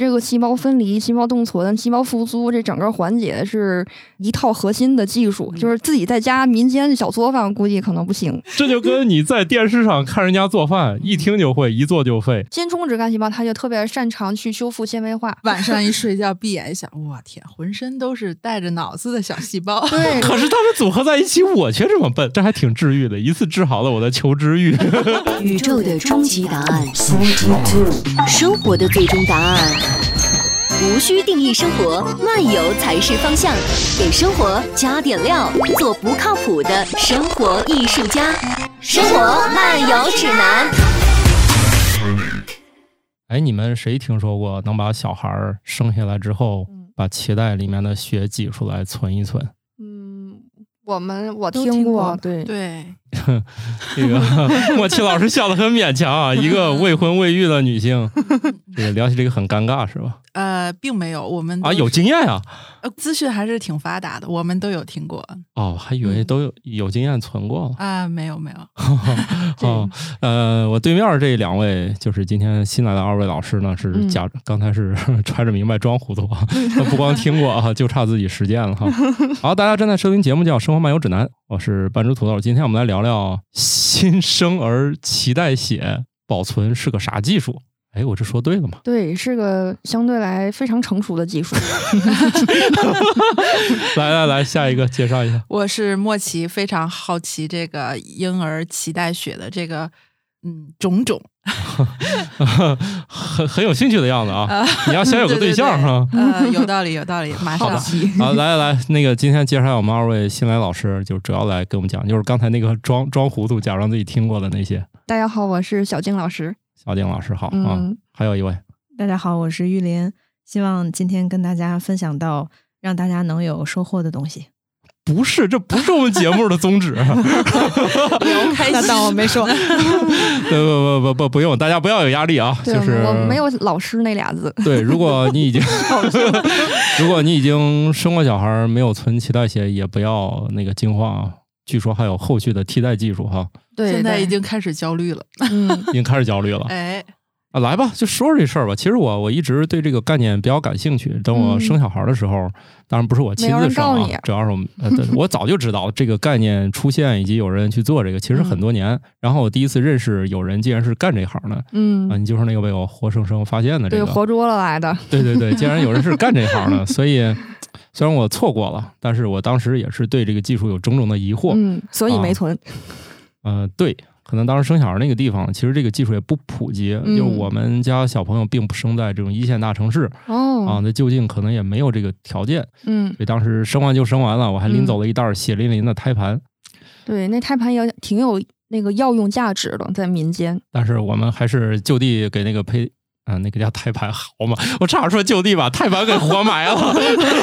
这个细胞分离、细胞冻存、细胞复苏这整个环节是一套核心的技术，就是自己在家民间小作坊估计可能不行。这就跟你在电视上看人家做饭，一听就会，一做就会。间充质干细胞它就特别擅长去修复纤维化， 晚上一睡觉闭眼一想，我天，浑身都是带着脑子的小细胞。 对，可是他们组合在一起，我却这么笨，这还挺治愈的，一次治好了我的求知欲。 宇宙的终极答案，生活的最终答案。无需定义生活，漫游才是方向。给生活加点料，做不靠谱的生活艺术家。生活漫游指南。哎，你们谁听说过能把小孩儿生下来之后，把脐带里面的血挤出来存一存？嗯，我们我都听听过对， 对，这个莫奇老师笑得很勉强啊，一个未婚未育的女性，这个聊起这个很尴尬是吧？呃，并没有，我们啊，都有是经验啊！呃资讯还是挺发达的，我们都有听过哦，还以为都有有经验存过了。啊，没有没有，哦，呃，我对面这两位就是今天新来的二位老师呢，是嗯假、刚才是 揣着明白装糊涂啊，不光听过啊，就差自己实践了哈。好，大家正在收听节目叫《生活漫游指南》，我是半只土豆。今天我们来聊聊新生儿脐带血保存是个啥技术？哎，我这说对了吗？对，是个相对来非常成熟的 技术。来来来，下一个介绍一下。 我是莫奇，非常好奇这个婴儿脐带血的这个嗯种种。很很有兴趣的样子啊！你要先有个对对象对哈。呃，有道理，有 道理，马上好的。 好，来来来，那个今天介绍我们二位新来老师，就主要来给我们讲，就是刚才那个装装糊涂、假装自己听过的那些。大家好，我是小静老师。小丁老师好、啊嗯，还有一位大家好，我是玉林，希望今天跟大家分享到让大家能有收获的东 西。不是，这不是我们节目的宗旨。 聊开那心，当我没说。不不不不不用，大家不要有压力啊，对，就是我没有老师那俩字。 对，如果你已经， 如果你已经生过小孩儿没有存脐带血，也不要那个惊慌啊。据说还有后续的替代技术哈， 对， 现在对已 经开始焦虑了。嗯已经开始焦虑了。哎，啊，来吧，就说说这事儿吧。其实我我一直对这个概念比较感兴趣。等我生小孩的时候，当然不是我嗯亲没有自人生告啊你，主要是我们、呃对我早就知道这个概念出现以及有人去做这个，其实嗯很多年。然后我第一次认识有人竟然是干这行的啊，嗯，你就是那个被我活生生发现的这对，个，活捉了来的。对对对，竟然有人是干这行 的。所以虽然我错过了，但是我当时也是对这个技术有种种的疑惑。嗯，所以啊没存。呃，对，可能当时生小孩那个地方，其实这个技术也不普及，嗯就是我们家小朋友并不生在这种一线大城市。啊哦，，那就近可能也没有这个条件，嗯，所以当时生完就生完了，我还拎嗯走了一袋血淋淋的胎盘，对，那胎盘也挺有那个药用价值的，在民间。但是我们还是就地给那个胚。啊，那个叫胎盘好嘛？ 我差点说就地把胎盘给活埋了，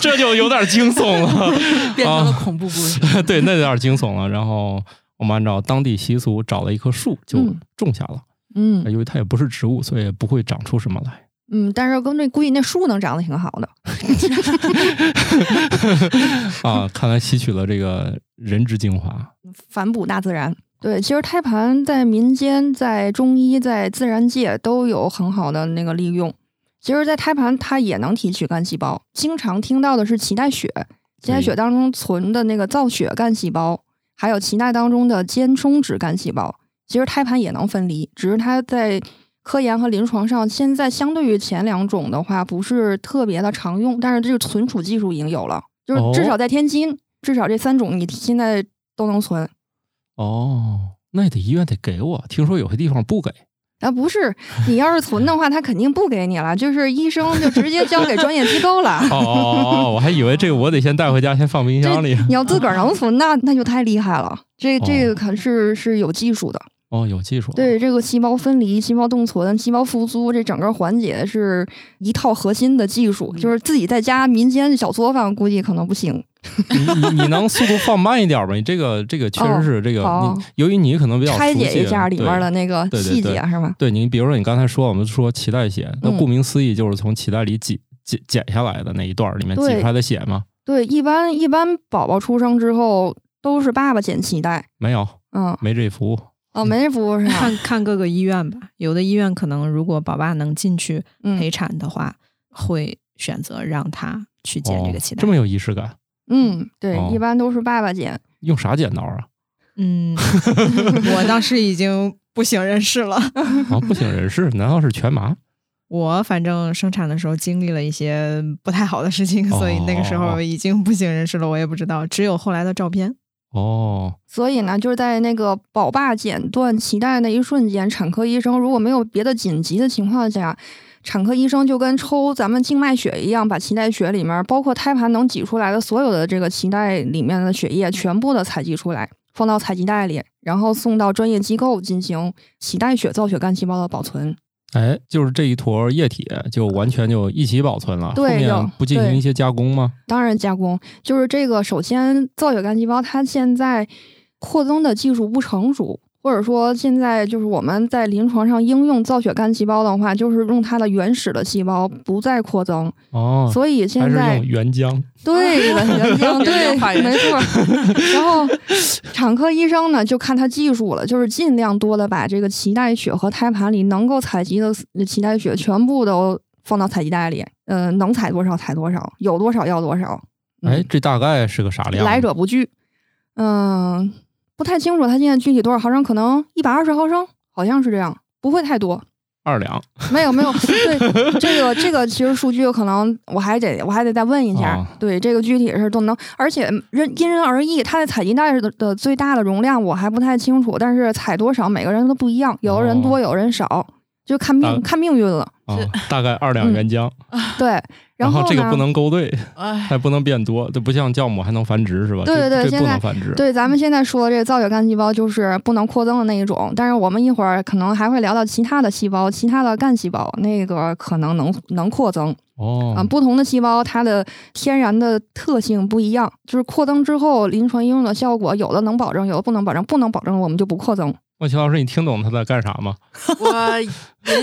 这就有点惊悚了。 变成了啊恐怖 故事。啊对，那有点惊悚了。然后我们按照当地习俗找了一棵树，就嗯种下了。嗯由于它也不是植物，所以也不会长出什么来。嗯，但是跟那估计那树能长得挺好的。 啊，看来吸取了这个人之精华。反哺大自然。对，其实胎盘在民间、在中医、在自然界都有很好的那个利用。其实，在胎盘它也能提取干细胞，经常听到的是脐带血，脐带血当中存的那个造血干细胞，还有脐带当中的间充质干细胞，其实胎盘也能分离，只是它在科研和临床上现在相对于前两种的话不是特别的常用，但是这个存储技术已经有了，就是至少在天津，至少这三种你现在都能存。哦，那得医院得给我，听说有些地方不给。啊，不是，你要是存的话，他肯定不给你了，就是医生就直接交给专业机构 了。哦哦哦！我还以为这个我得先带回家，先放冰箱里。你要自个儿能存，那那就太厉害了。这这哦个可是是有技术的。哦，有技术。对，这个细胞分离、细胞冻存、细胞复苏这整个环节是一套核心的技术，就是自己在家民间小作坊估计可能不行。你你你能速度放慢一点吗？你这个这个确实是这个，哦你由于你可能比较拆熟悉解一下里面的。对那个对对细对节是吧？对你，比如说你刚才说我们说脐带血，那嗯顾名思义就是从脐带里挤挤剪下来的那一段儿里面挤对出来的血吗？对，一般一般宝宝出生之后都是爸爸剪脐带，没有，嗯，没这服务。哦，没服务啥， 看看各个医院吧，有的医院可能如果宝爸能进去嗯陪产的话，会选择让他去剪哦这个脐带。哦这么有仪式感，嗯，对，哦一般都是爸爸剪，用啥剪刀啊？ 嗯，我当时已经不省人事 了。 啊，不省人事，难道是全麻？我反正生产的时候经历了一些不太好的事情，哦所以那个时候已经不省人事了。我也不知道，只有后来的照片。哦，所以呢，就是在那个宝爸剪断脐带那一瞬间，产科医生如果没有别的紧急的情况下，产科医生就跟抽咱们静脉血一样，把脐带血里面包括胎盘能挤出来的所有的这个脐带里面的血液全部的采集出来，放到采集袋里，然后送到专业机构进行脐带血造血干细胞的保存。哎，就是这一坨液体就完全就一起保存了，后对面有不进行对一些加工吗？当然，加工就是这个。首先，造血干细胞它现在扩增的技术不成熟，或者说现在就是我们在临床上应用造血干细胞的话，就是用它的原始的细胞不再扩增，哦，所以还现是在用原浆。对原原浆原对浆化原没错。然后产科医生呢就看他技术了，就是尽量多的把这个脐带血和胎盘里能够采集的脐带血全部都放到采集袋里，呃，能采多少采多少，有多少要多少。嗯哎，这大概是个啥量？来者不拒。嗯，不太清楚他现在具体多少毫升，可能一百二十毫升，好像是这样，不会太多。二两没有没 有，对这个这个其实数据可能我还得我还得再问一下。啊对这个具体是多能，而且人因人而异，它的采集袋的的最大的容量我还不太清楚，但是采多少每个人都不一样，有的人多，哦有的人少，就看命、大看命运了。啊，大概二两嗯原浆。对，然后呢？这个不能勾兑，哎，还不能变多，这不像酵母还能繁殖是吧？对对这对这现不在能繁殖。对，咱们现在说的这个造血干细胞就是不能扩增的那一种，但是我们一会儿可能还会聊到其他的细胞，其他的干细胞那个可能能能扩增哦啊、，不同的细胞它的天然的特性不一样，就是扩增之后临床应用的效果，有的能保证，有的不能保证，不能保证我们就不扩增。莫奇老师，你听懂他在干啥吗？我隐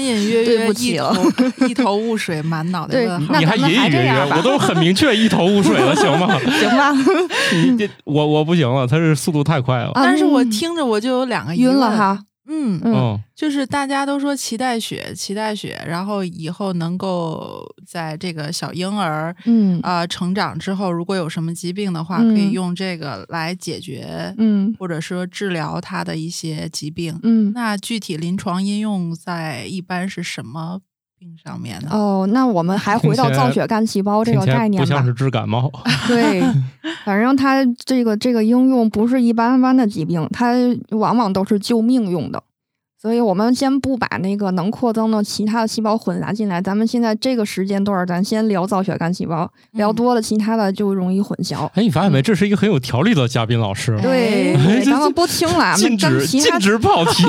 隐约对约不一起头 一头雾水，满脑袋对问号嗯那。你还咱们隐隐还这约约，样吧我都很明确，一头雾水了，行 吗？行吧， 你这我我不行了，他是速度太快了。啊但是我嗯听着我就有两个疑晕了问，哈，嗯，嗯嗯，就是大家都说脐带血，脐带血，然后以后能够在这个小婴儿嗯啊、呃成长之后，如果有什么疾病的话，嗯可以用这个来解决，嗯或者说治疗他的一些疾病。嗯。那具体临床应用在一般是什么病上面呢？哦，那我们还回到听起来造血干细胞这听个起来概念不吧。像是治感冒。对，反正它这个这个应用不是一般般的疾病，它往往都是救命用的。所以我们先不把那个能扩增的其他的细胞混杂进来，咱们现在这个时间段儿，咱先聊造血干细 胞，聊嗯多了其他的就容易混淆。 哎，你发现没？这是一个很有条理的嘉宾老师。对，哎 对这咱们这不听 了，禁咱们止其禁他止跑 题，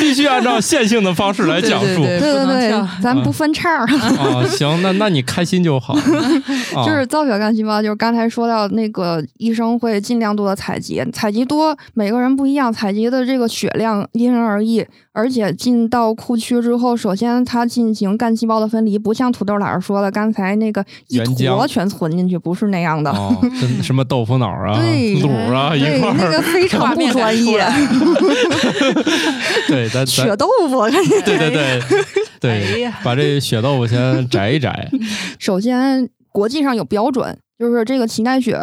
必须按照线性的方式来讲述对对对不能对跳，咱啊不分叉儿。啊。行，那那你开心就 好。啊就是造血干细胞，就是刚才说到那个医生会尽量多的采集，采集多，每个人不一样，采集的这个血量因人而异，而且进到库区之后，首先它进行干细胞的分离，不像土豆老师说的，刚才那个一原浆坨全存进去，不是那样的。哦，真什么豆腐 脑啊、对卤啊一对，块那个儿，非常画不面感哦专出业，来了 对，咱咱血豆腐。对对对哎对呀，把这血豆腐先摘一 摘。首先，国际上有标准，就是这个脐带血，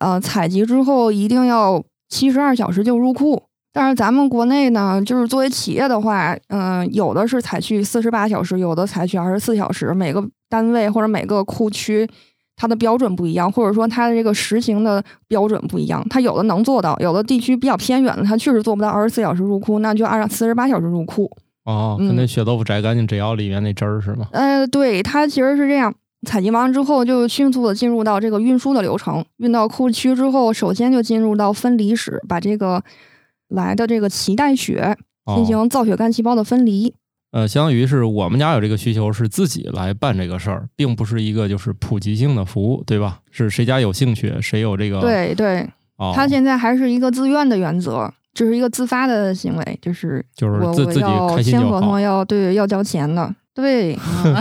呃，采集之后一定要七十二小时就入库。但是咱们国内呢，就是作为企业的话，嗯、有的是采取四十八小时，有的采取二十四小时，每个单位或者每个库区。它的标准不一样，或者说它的这个实行的标准不一样。它有的能做到，有的地区比较偏远的，它确实做不到二十四小时入库，那就按照四十八小时入库。哦，跟嗯那血豆腐摘干净，只要里面那汁儿是吗？呃，对，它其实是这样，采集完之后就迅速的进入到这个运输的流程，运到库区之后，首先就进入到分离室，把这个来的这个脐带血进哦，行造血干细胞的分离。呃，相当于是我们家有这个需求，是自己来办这个事儿，并不是一个就是普及性的服务，对吧？是谁家有兴趣，谁有这个对对，哦，它现在还是一个自愿的原则。这是一个自发的行为，就是就是我自自己我开要心就签合好同要对要交钱的， 对。嗯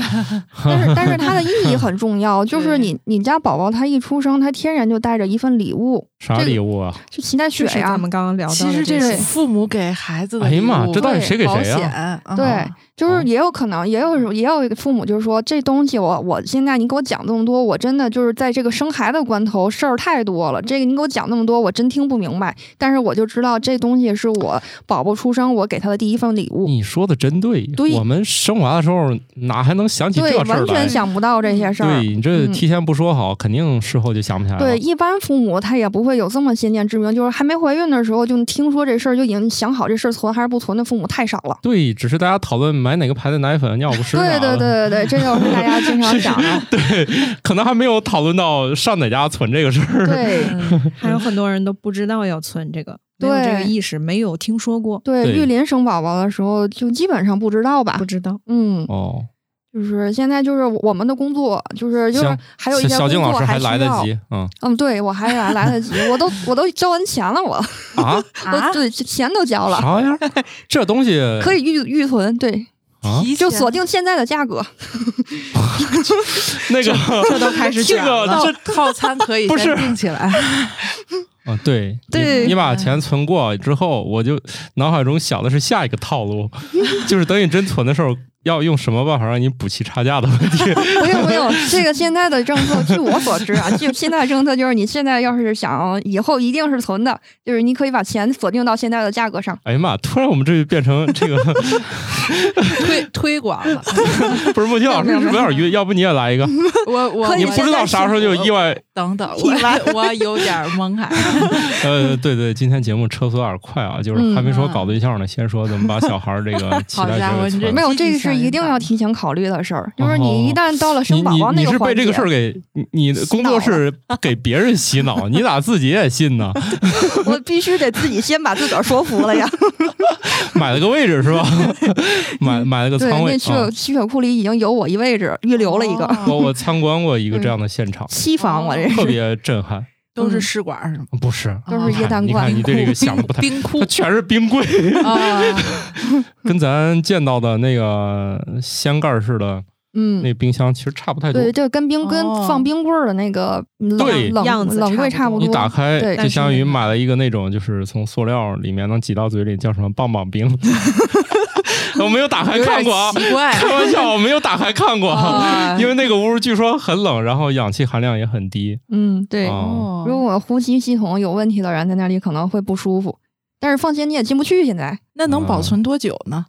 但是但是它的意义很重要，就是对你你家宝宝他一出生，他天然就带着一份礼物，啥礼物啊？就脐带血就是呀、咱们刚刚聊到的哎其实这个是父母给孩子的哎礼呀物，妈这到底谁给保谁险啊？啊对，就是哦也有可能，也有也有父母就是说，这东西我我现在你给我讲这么多，我真的就是在这个生孩子关头事儿太多了，这个你给我讲那么多，我真听不明白。但是我就知道这东西是我宝宝出生我给他的第一份礼物，你说的真对，对我们生娃的时候哪还能想起这对，事儿完来全？想不到这些事儿对。你这嗯提前不说好，肯定事后就想不起来了。对，一般父母他也不会有这么先见之明，就是还没怀孕的时候就听说这事儿就已经想好这事儿存还是不存的父母太少了。对，只是大家讨论买哪个牌子奶粉、尿不湿啥对的，对对对对，这就是大家 经常想的。可能还没有讨论到上哪家存这个事儿。对 还有很多人都不知道要存这个，没有这个对意识，没有听说过，对，对育林生宝宝的时候就基本上不知道啊吧不？知道。嗯，哦，就是现在就是我们的工作，就是就是行还有一小些小工静老作师还需来得要。及，嗯嗯，对我还来来得及，我都我都交完钱了，我啊，都对钱都交了，啥玩意儿？这东西可以预预存，对，啊，提就前锁定现在的价格。那个这都开始这卷个了这套套餐可以不是先定起来，啊，对你对你把钱存过之后，我就脑海中想的是下一个套路，就是等你真存的时候，要用什么办法让你补齐差价的问题。 不用不用，这个现在的政策，据我所知啊，就现在的政策就是，你现在要是想以后一定是存的，就是你可以把钱锁定到现在的价格上。哎呀妈！突然我们这就变成这个，推推广了。不是莫青老师是不是有点晕？要不你也来一个？我我可以你我不知道啥时候就意外。等等，我我有点懵还。呃，对对，今天节目车速有点快啊，就是还没说搞对象呢，先说怎么把小孩儿这个期好待家值伙给你这存没了。有，这个是一定要提前考虑的事儿，就是你一旦到了哦你生宝你宝那你个是环被节，这个事儿给你你的工作室给别人洗脑，你咋自己也信呢？我必须得自己先把自个儿说服了 呀。买了个位置 是吧？买买了个对仓，位那啊血吸血库里已经有我一位置，预留了一个，哦我我参观过一个这样的现场西房，我这特别 震撼。都是试管是吗？不是，都是你椰看蛋哦你罐看你对这个想的不太，冰库它全是 冰柜， 啊，跟咱见到的那个掀盖式的嗯。那冰箱其实差不太多对，。这跟冰跟哦放冰棍儿的那个对冷冷样子冷柜差差不不多。你打开对就相当于买了一个那种，就是从塑料里面能挤到嘴里，叫什么棒 棒冰。 我没有打开有看点过啊，奇哎怪开玩笑，我没有打开看过哦啊，啊 因为那个屋据说很冷，然后氧气含量也很低。嗯，对。啊，哦如果呼吸系统有问题的人在那里可能会不舒服，但是放心，你也进不去。现在那能保存多久呢？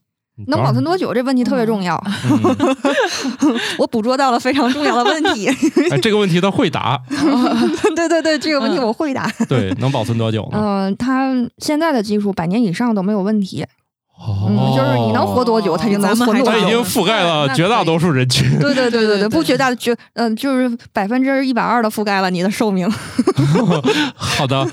能保存哦多久这问题特别重 要，嗯？我捕捉到了非常重要的问 题。哎，这个问题他会答，对对对，这个问题我会答。 对，能保存多久呢？嗯、它现在的技术百年以上都没有问题，嗯，哦，就是你能活多久，它就能活多它咱们已还经久。覆盖了那绝大可以多数人群。 对对对对对对不绝大绝，嗯、就是百分之一百二的覆盖了你的寿命。 好的，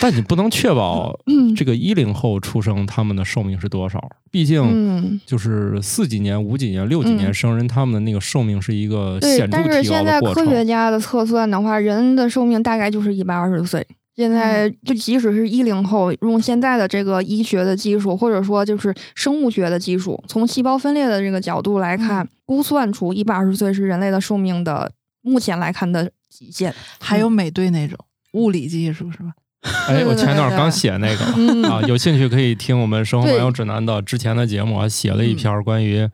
但你不能确保嗯这个一零后出生他们的寿命是多少，毕竟 嗯，就是四几年、五几年、六几年嗯生人，他们的那个寿命是一个对显。著但是提高现在的过科程。学家的测算的话，人的寿命大概就是一百二十岁。现在就即使是一零后，用现在的这个医学的技术，或者说就是生物学的技术，从细胞分裂的这个角度来看，估算出一百二十岁是人类的寿命的目前来看的极限。还有美队那种物理技术是吧？哎，对我对前一段对刚写那个嗯啊，有兴趣可以听我们《生活对漫游指南》的之前的节目啊，写了一篇关于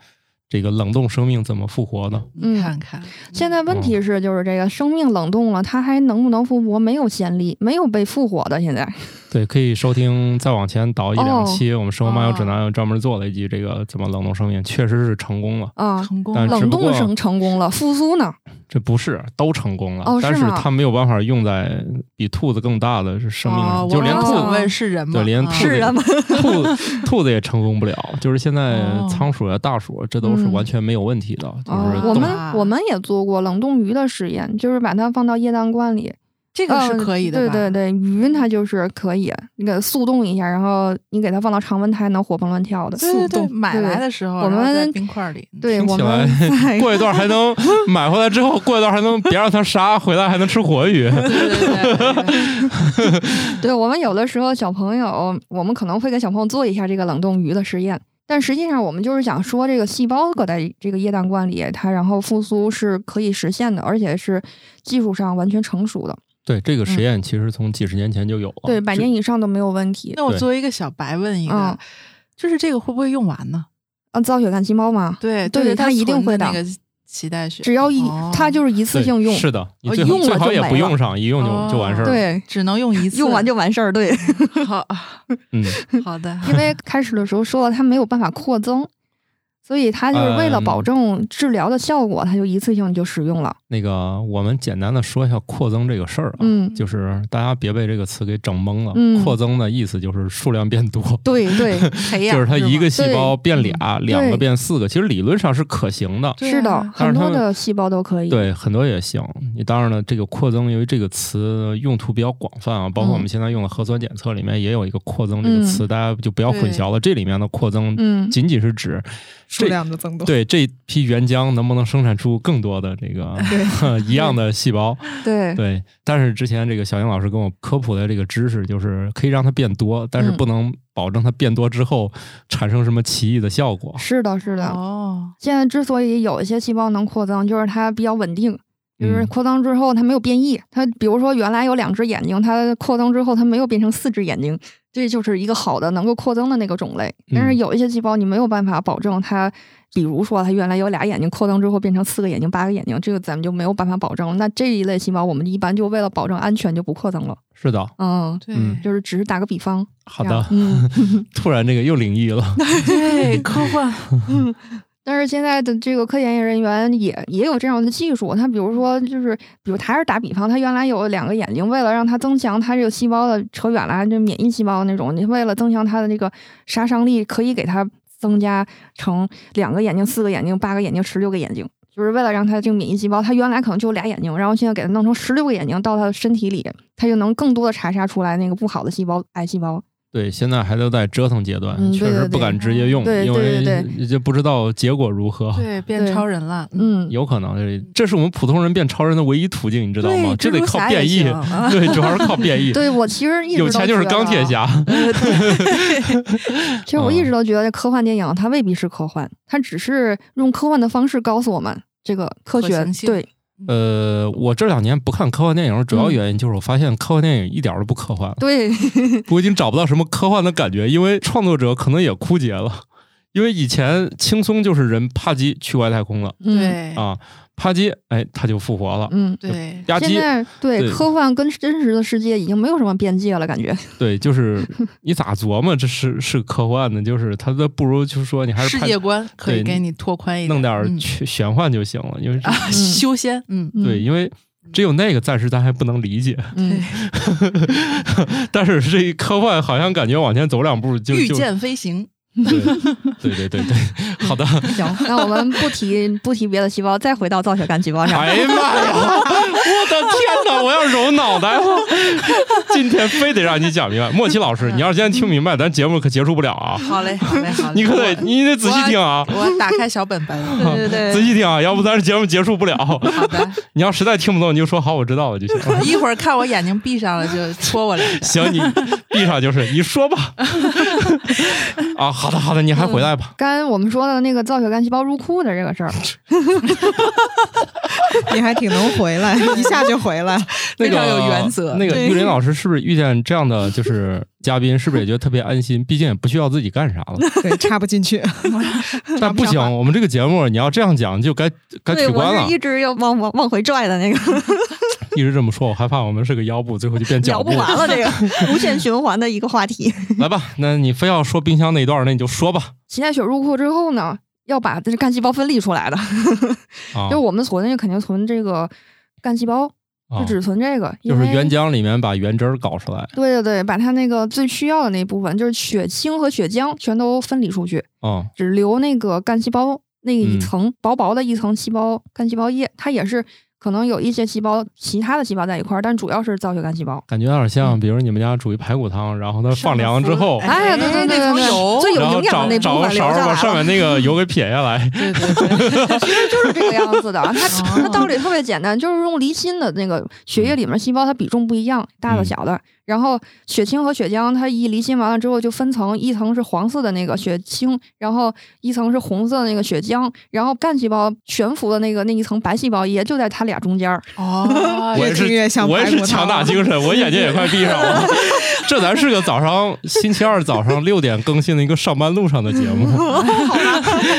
这个冷冻生命怎么复活的。嗯你看看，现在问嗯题是，就是这个生命冷冻了，它还能不能复活？没有先例，没有被复活的。现在，对，可以收听再往前倒一哦两期，我们《生活漫游指南》专门做了一集这个怎么冷冻生命，确实是成功了。啊、成功但是了只冷不过冻成成功了，复苏呢？这不是都成功了，哦是但是吗它没有办法用在比兔子更大的是生命上，哦就我连刚兔想子。问是人吗？对，连啊兔子、兔子兔子也成功不了。就是现在哦仓鼠啊、大鼠，这都是嗯完全没有问题的，哦就是，我动们我们也做过冷冻鱼的实验，就是把它放到液氮罐里，这个是可以的嗯吧，对对对，鱼它就是可以，你给它速冻一下，然后你给它放到常温，它还能活蹦乱跳的。对对对，买对来的时候我然后们在冰块里，对，听我起们来 过一段还 能买回来之后，过一段还能别让它杀，回来还能吃活 鱼。对对对 对对，对我们有的时候小朋友，我们可能会给小朋友做一下这个冷冻鱼的实验，但实际上我们就是想说，这个细胞搁在这个液氮罐里，它然后复苏是可以实现的，而且是技术上完全成熟的。对这个实验，其实从几十年前就有了，嗯对，百年以上都没有问题。那我对作为一个小白问一嗯个，就是这个会不会用完呢？啊，造血干细胞嘛，对，对就是它一定存会的那的个脐带血，只要一哦它就是一次对性用，是的，你呃最好用了最好就也没不了哦用上，一用就就完事儿了。对，只能用一次，用完就完事儿。对，好。嗯，好的，因为开始的时候说了，它没有办法扩增，所以它就是为了保嗯证治疗的效果，它就一次性就使用了。那个我们简单的说一下扩增这个事儿啊，嗯就是大家别被这个词给整懵了。嗯扩增的意思就是数量变多，对 对， 培养就是它一吗个细对嗯胞变俩，两个对变四个，其实理论上是可行的。对是的啊，但是很它多们的细胞都可以。对，很多也行。你当然了，这个扩增，由于这个词用途比较广泛啊，包括我们嗯现在用的核酸检测里面也有一个扩增这个嗯词，大家就不要混对淆了。这里面的扩增嗯仅仅是指数这量的增多。对这批原浆能不能生产出更多的这个 一样的细胞？对 对，但是之前这个小英老师跟我科普的这个知识，就是可以让它变多，但是嗯不能保证它变多之后产生什么奇异的效果。是的，是的。哦，现在之所以有一些细胞能扩增，就是它比较稳定，就是嗯扩增之后它没有变异。它比如说原来有两只眼睛，它扩增之后它没有变成四只眼睛，这就是一个好的能够扩增的那个种类。但是嗯有一些细胞你没有办法保证它，比如说它原来有俩眼睛，扩增之后变成四个眼睛、八个眼睛，这个咱们就没有办法保证。那这一类细胞我们一般就为了保证安全就不扩增了。是的，嗯，对，嗯就是只是打个比方。好这样的，嗯。 突然这个又领域了。对，科幻，但是现在的这个科研人员也也有这样的技术，他比如说就是，比如他是打比方，他原来有两个眼睛，为了让它增强它这个细胞的，扯远了，就免疫细胞那种，你为了增强它的那个杀伤力，可以给它增加成两个眼睛、四个眼睛、八个眼睛、十六个眼睛，就是为了让它这个免疫细胞，它原来可能就俩眼睛，然后现在给它弄成十六个眼睛到它的身体里，它就能更多的查杀出来那个不好的细胞、癌细胞。对，现在还都在折腾阶段，嗯对确实对不敢直接用，对对对因为就不知道结果如何。对，变对超人了，嗯， 有可能，这这是我们普通人变超人的唯一途径，你知道对吗？这蜘得蛛靠侠变也异， 行啊对，主要是靠变异。 对我其实一直有都钱就是觉钢铁得侠。其实我嗯一直都觉得科幻电影它未必是科幻，它只是用科幻的方式告诉我们这个科可学行性对嗯 呃，我这两年不看科幻电影，主要原因就是我发现科幻电影一点儿都不科幻了，对 我已经找不到什么科幻的感觉，因为创作者可能也枯竭了。因为以前轻松就是人啪叽去外太空了嗯 对啊，啪叽，哎，他就复活了，嗯。对，吧现唧，在对对科幻跟真实的世界已经没有什么边界了，感觉对，就是你咋琢磨这是是科幻呢？就是他都不如就是说你还是世拍界观可以对给你拓宽一弄点点儿 嗯玄玄幻就行了，因为这啊，修仙，嗯，嗯对，因为只有那个暂时咱还不能理解，嗯，但是这一科幻好像感觉往前走两步就御就剑飞行，对对对对对，好的。行，那我们不 提不提别的细胞，再回到造血干细胞上。哎呀妈呀！我的天哪！我要揉脑袋了。今天非得让你讲明白，莫奇老师，你要是今天听明白，咱节目可结束不了啊！好嘞，好嘞，好嘞，你可得我你得 仔细听啊，我打开小本本， 对对仔细听啊，要不咱这节目结束不了。好的， 你要实在听不懂，你就说好，我知道了就行。 一会儿看我眼睛闭上了就戳我两下，行，你闭上就是，你说吧。啊，好的好的，你还回来吧。刚才我们说的那个造血干细胞入库的这个事儿，你还挺能回来，一下就回来。那非个常有原则那个对玉林老师是不是遇见这样的就是嘉宾，是不是也觉得特别安心？毕竟也不需要自己干啥了。对，插不进去。但不行，我们这个节目你要这样讲，就该该对取我关了是一。直要往往往回拽的那个，一直这么说，我害怕我们是个腰部，最后就变脚聊部不。完了 这个无限循环的一个话题。来吧，那你非要说冰箱那一段，那你就说吧。脐 带血入库之后呢，要把这干细胞分离出来的，啊就是，我们存就肯定存这个干细胞，啊就只存这个，因就是为原浆里面把原汁儿搞出来。对对对，把它那个最需要的那部分，就是血清和血浆全都分离出去，嗯只留那个干细胞那一嗯层、薄薄的一层细胞干细胞液，它也是可能有一些细胞其他的细胞在一块儿，但主要是造血干细胞。感觉有点像，比如你们家煮一排骨汤，然后它放凉之后，嗯哎哎，对对对那对层对，油最有然后营养找的那找部个分留勺儿下把上来了，面那个油给撇下 来。对对对，就是这个样子的。它它哦道理特别简单，就是用离心的那个血液里面细胞它比重不一样，大的嗯小的，然后血清和血浆，它一离心完了之后就分层，一层是黄色的那个血清，然后一层是红色的那个血浆，然后干细胞悬浮的那个那一层白细胞也就在它俩中间儿。啊哦，我也是越听越像我也排是骨强汤打精神，我眼睛也快闭上了。 这咱是个早上星期二早上六点更新的一个上班路上的节 目，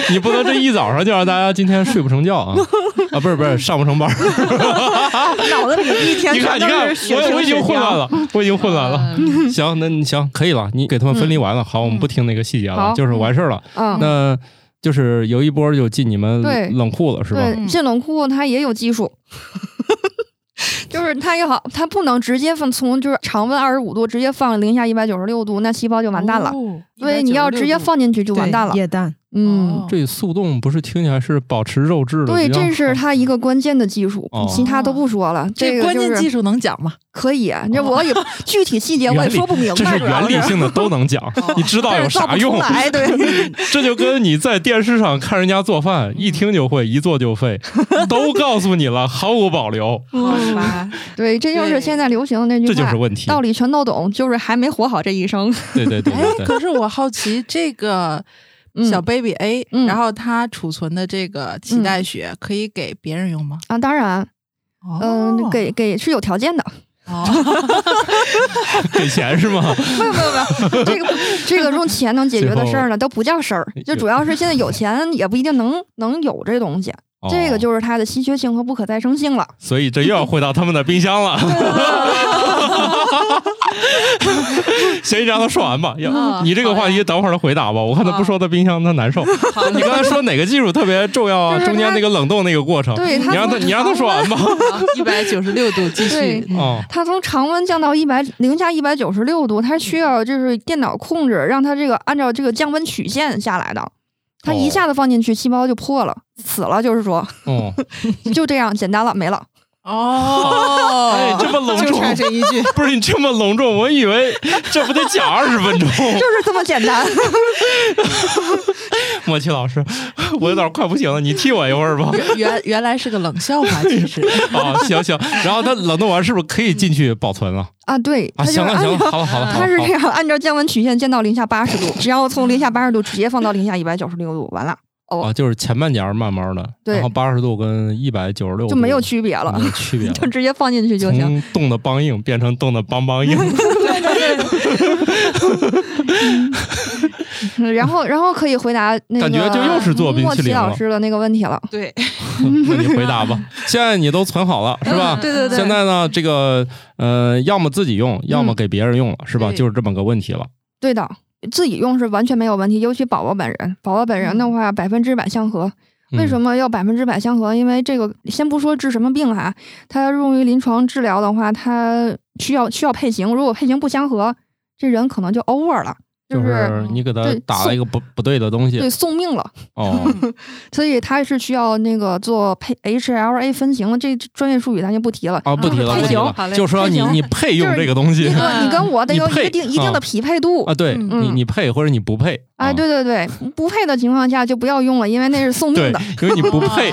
你不能这一早上就让大家今天睡不成 觉啊啊！不是不是，上不成班儿。脑 子里一天你看你看，我我已经混乱了，我已经混乱了。嗯行，那你行可以了，你给他们分离完了，好，我们不听那个细节了，好就是完事儿了。嗯，那就是有一波就进你们对冷库了，是吧？对，进冷库它也有技术， 就是它也好，它不能直接放从就是常温二十五度直接放零下一百九十六度，那细胞就完蛋了。哦。对，你要直接196放进去就完蛋了。液氮，嗯哦，这速冻不是听起来是保持肉质的？对，比较这是好它一个关键的技术哦，其他都不说了。这个关就键技是哦术能讲吗？可以，啊这我也 具体细节我也原理说不明这白，是主要原理性的都能 讲，哦你知道有啥用？哎，对， 这就跟你在电视上看人家做饭，一听就会，一做就会， 都告诉你了，毫无保留，好吧，对，这就是现在流行的那句这话，就是问题。道理全都懂，就是还没活好这一 生。对对对哎 对，对，可是我好奇这个嗯小 baby A，、嗯然后他储存的这个脐带血可以给别人用吗？啊，当然，嗯、哦给给是有条件 的， 哦，给钱 是吗？没有没有没有，这个这个用钱能解决的事儿呢，都不叫事儿，就主要是现在有钱也不一定能能有这东西，这个哦就是它的稀缺性和不可再生性了。所以这又要回到他们的冰 箱了。行，你让他说完吧。要嗯你这个话题等会儿他回答吧，我看他不说他冰箱他难受。你刚才说哪个技术特别重要啊？就是他中间那个冷冻那个过程，对你他让他你让他 说完吧。一百九十六度继续对。嗯哦，它从常温降到一百零下一百九十六度，它需要就是电脑控制，让它这个按照这个降温曲线下来的。它一下子放进去，细胞就破了，死了，就是说 哦，就这样简单了，没了。哦，哎，这么隆就重，差这一 句，不是你这么隆重，我以为这不得讲二 十分钟。就是这么简单， 莫奇老师，我有点快不行了，你替我一会儿吧。原原来是个冷笑话，其实啊，行行，然后它冷冻完是不是可以进去保存了？啊！对，啊，它就行是了按行照了，好了好了，好了它是好这样，按照降温曲线降到零下八十度，只要从零下八十度直接放到零下一百九十六度，完了啊，就是前半截儿慢慢的，对然后八十度跟一百九十六就没有区别了没，有区别了， 就直接放进去就行。从冻的梆硬变成冻的梆梆 硬，嗯然后，然后可以回答那个感觉就又是做冰莫淇奇淋了老师的那个问题了。对，那你回答吧。现在你都 存好了是吧？对对对，现在呢，这个呃，要么自己用，要么嗯给别人用了，是吧？对就是这么个问题了。对的，自己用是完全没有问题，尤其宝宝本人，宝宝本人的话百分之百相合。嗯为什？么要百分之百相合？因为这个先不说治什么病哈、它用于临床治疗的话，它需要需要配型，如果配型不相合，这人可能就 over 了，就是你给他对打了一个不不对的东西对嗯送命了。哦，所以它是需要那个做配 HLA 分型的，这这专业术语咱就不提了。嗯啊，不提了，配不提型好了，嘞就说你配型你配用就是这个东西你跟你跟我得有你配一定一定啊的匹配度啊，对嗯你你配或者你不配啊，啊对对对，不配的情况下就不要用了，因为那是送对命的。，因为你不配，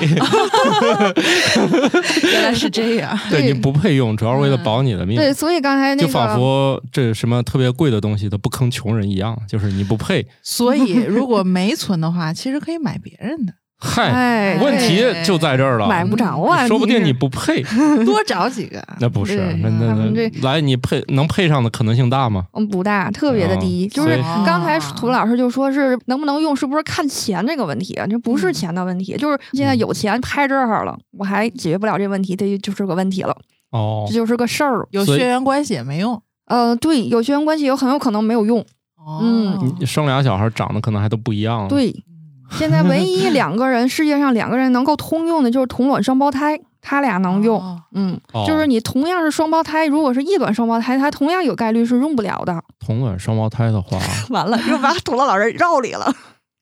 原来是这样。对对你不配用，主要是为了保你的命。对，所以刚才那就个仿佛这什么特别贵的东西，它不坑穷人一样，就是你不配。所以如果没存的话，其实可以买别人的，嗨，哎，问题就在这儿了，买不着啊，说不定是啊你不配。多找 几个。那不是，对那那他们那这来，你配能配上的可能性大吗？嗯不大，特别的低。哦就所是以刚才哦涂老师就说是能不能用，是不是看钱这个问题？这不嗯是钱的问题，就是现在有钱拍这儿了，我还解决不了这问题，这就是个问题了，哦这，就是个事儿。有所以血缘关系也没用。呃，对，有血缘关系有很有可能没有用。哦嗯你生俩小孩长得可能还都不一样。， 对，现在唯一两个人，世界上两个人能够通用的就是同卵双胞胎，他俩能用。哦嗯，哦就是你同样是双胞胎，如果是异卵双胞胎，它同样有概率是用不了的。同卵双胞胎的话，完了，嗯又把土豆老师绕里了。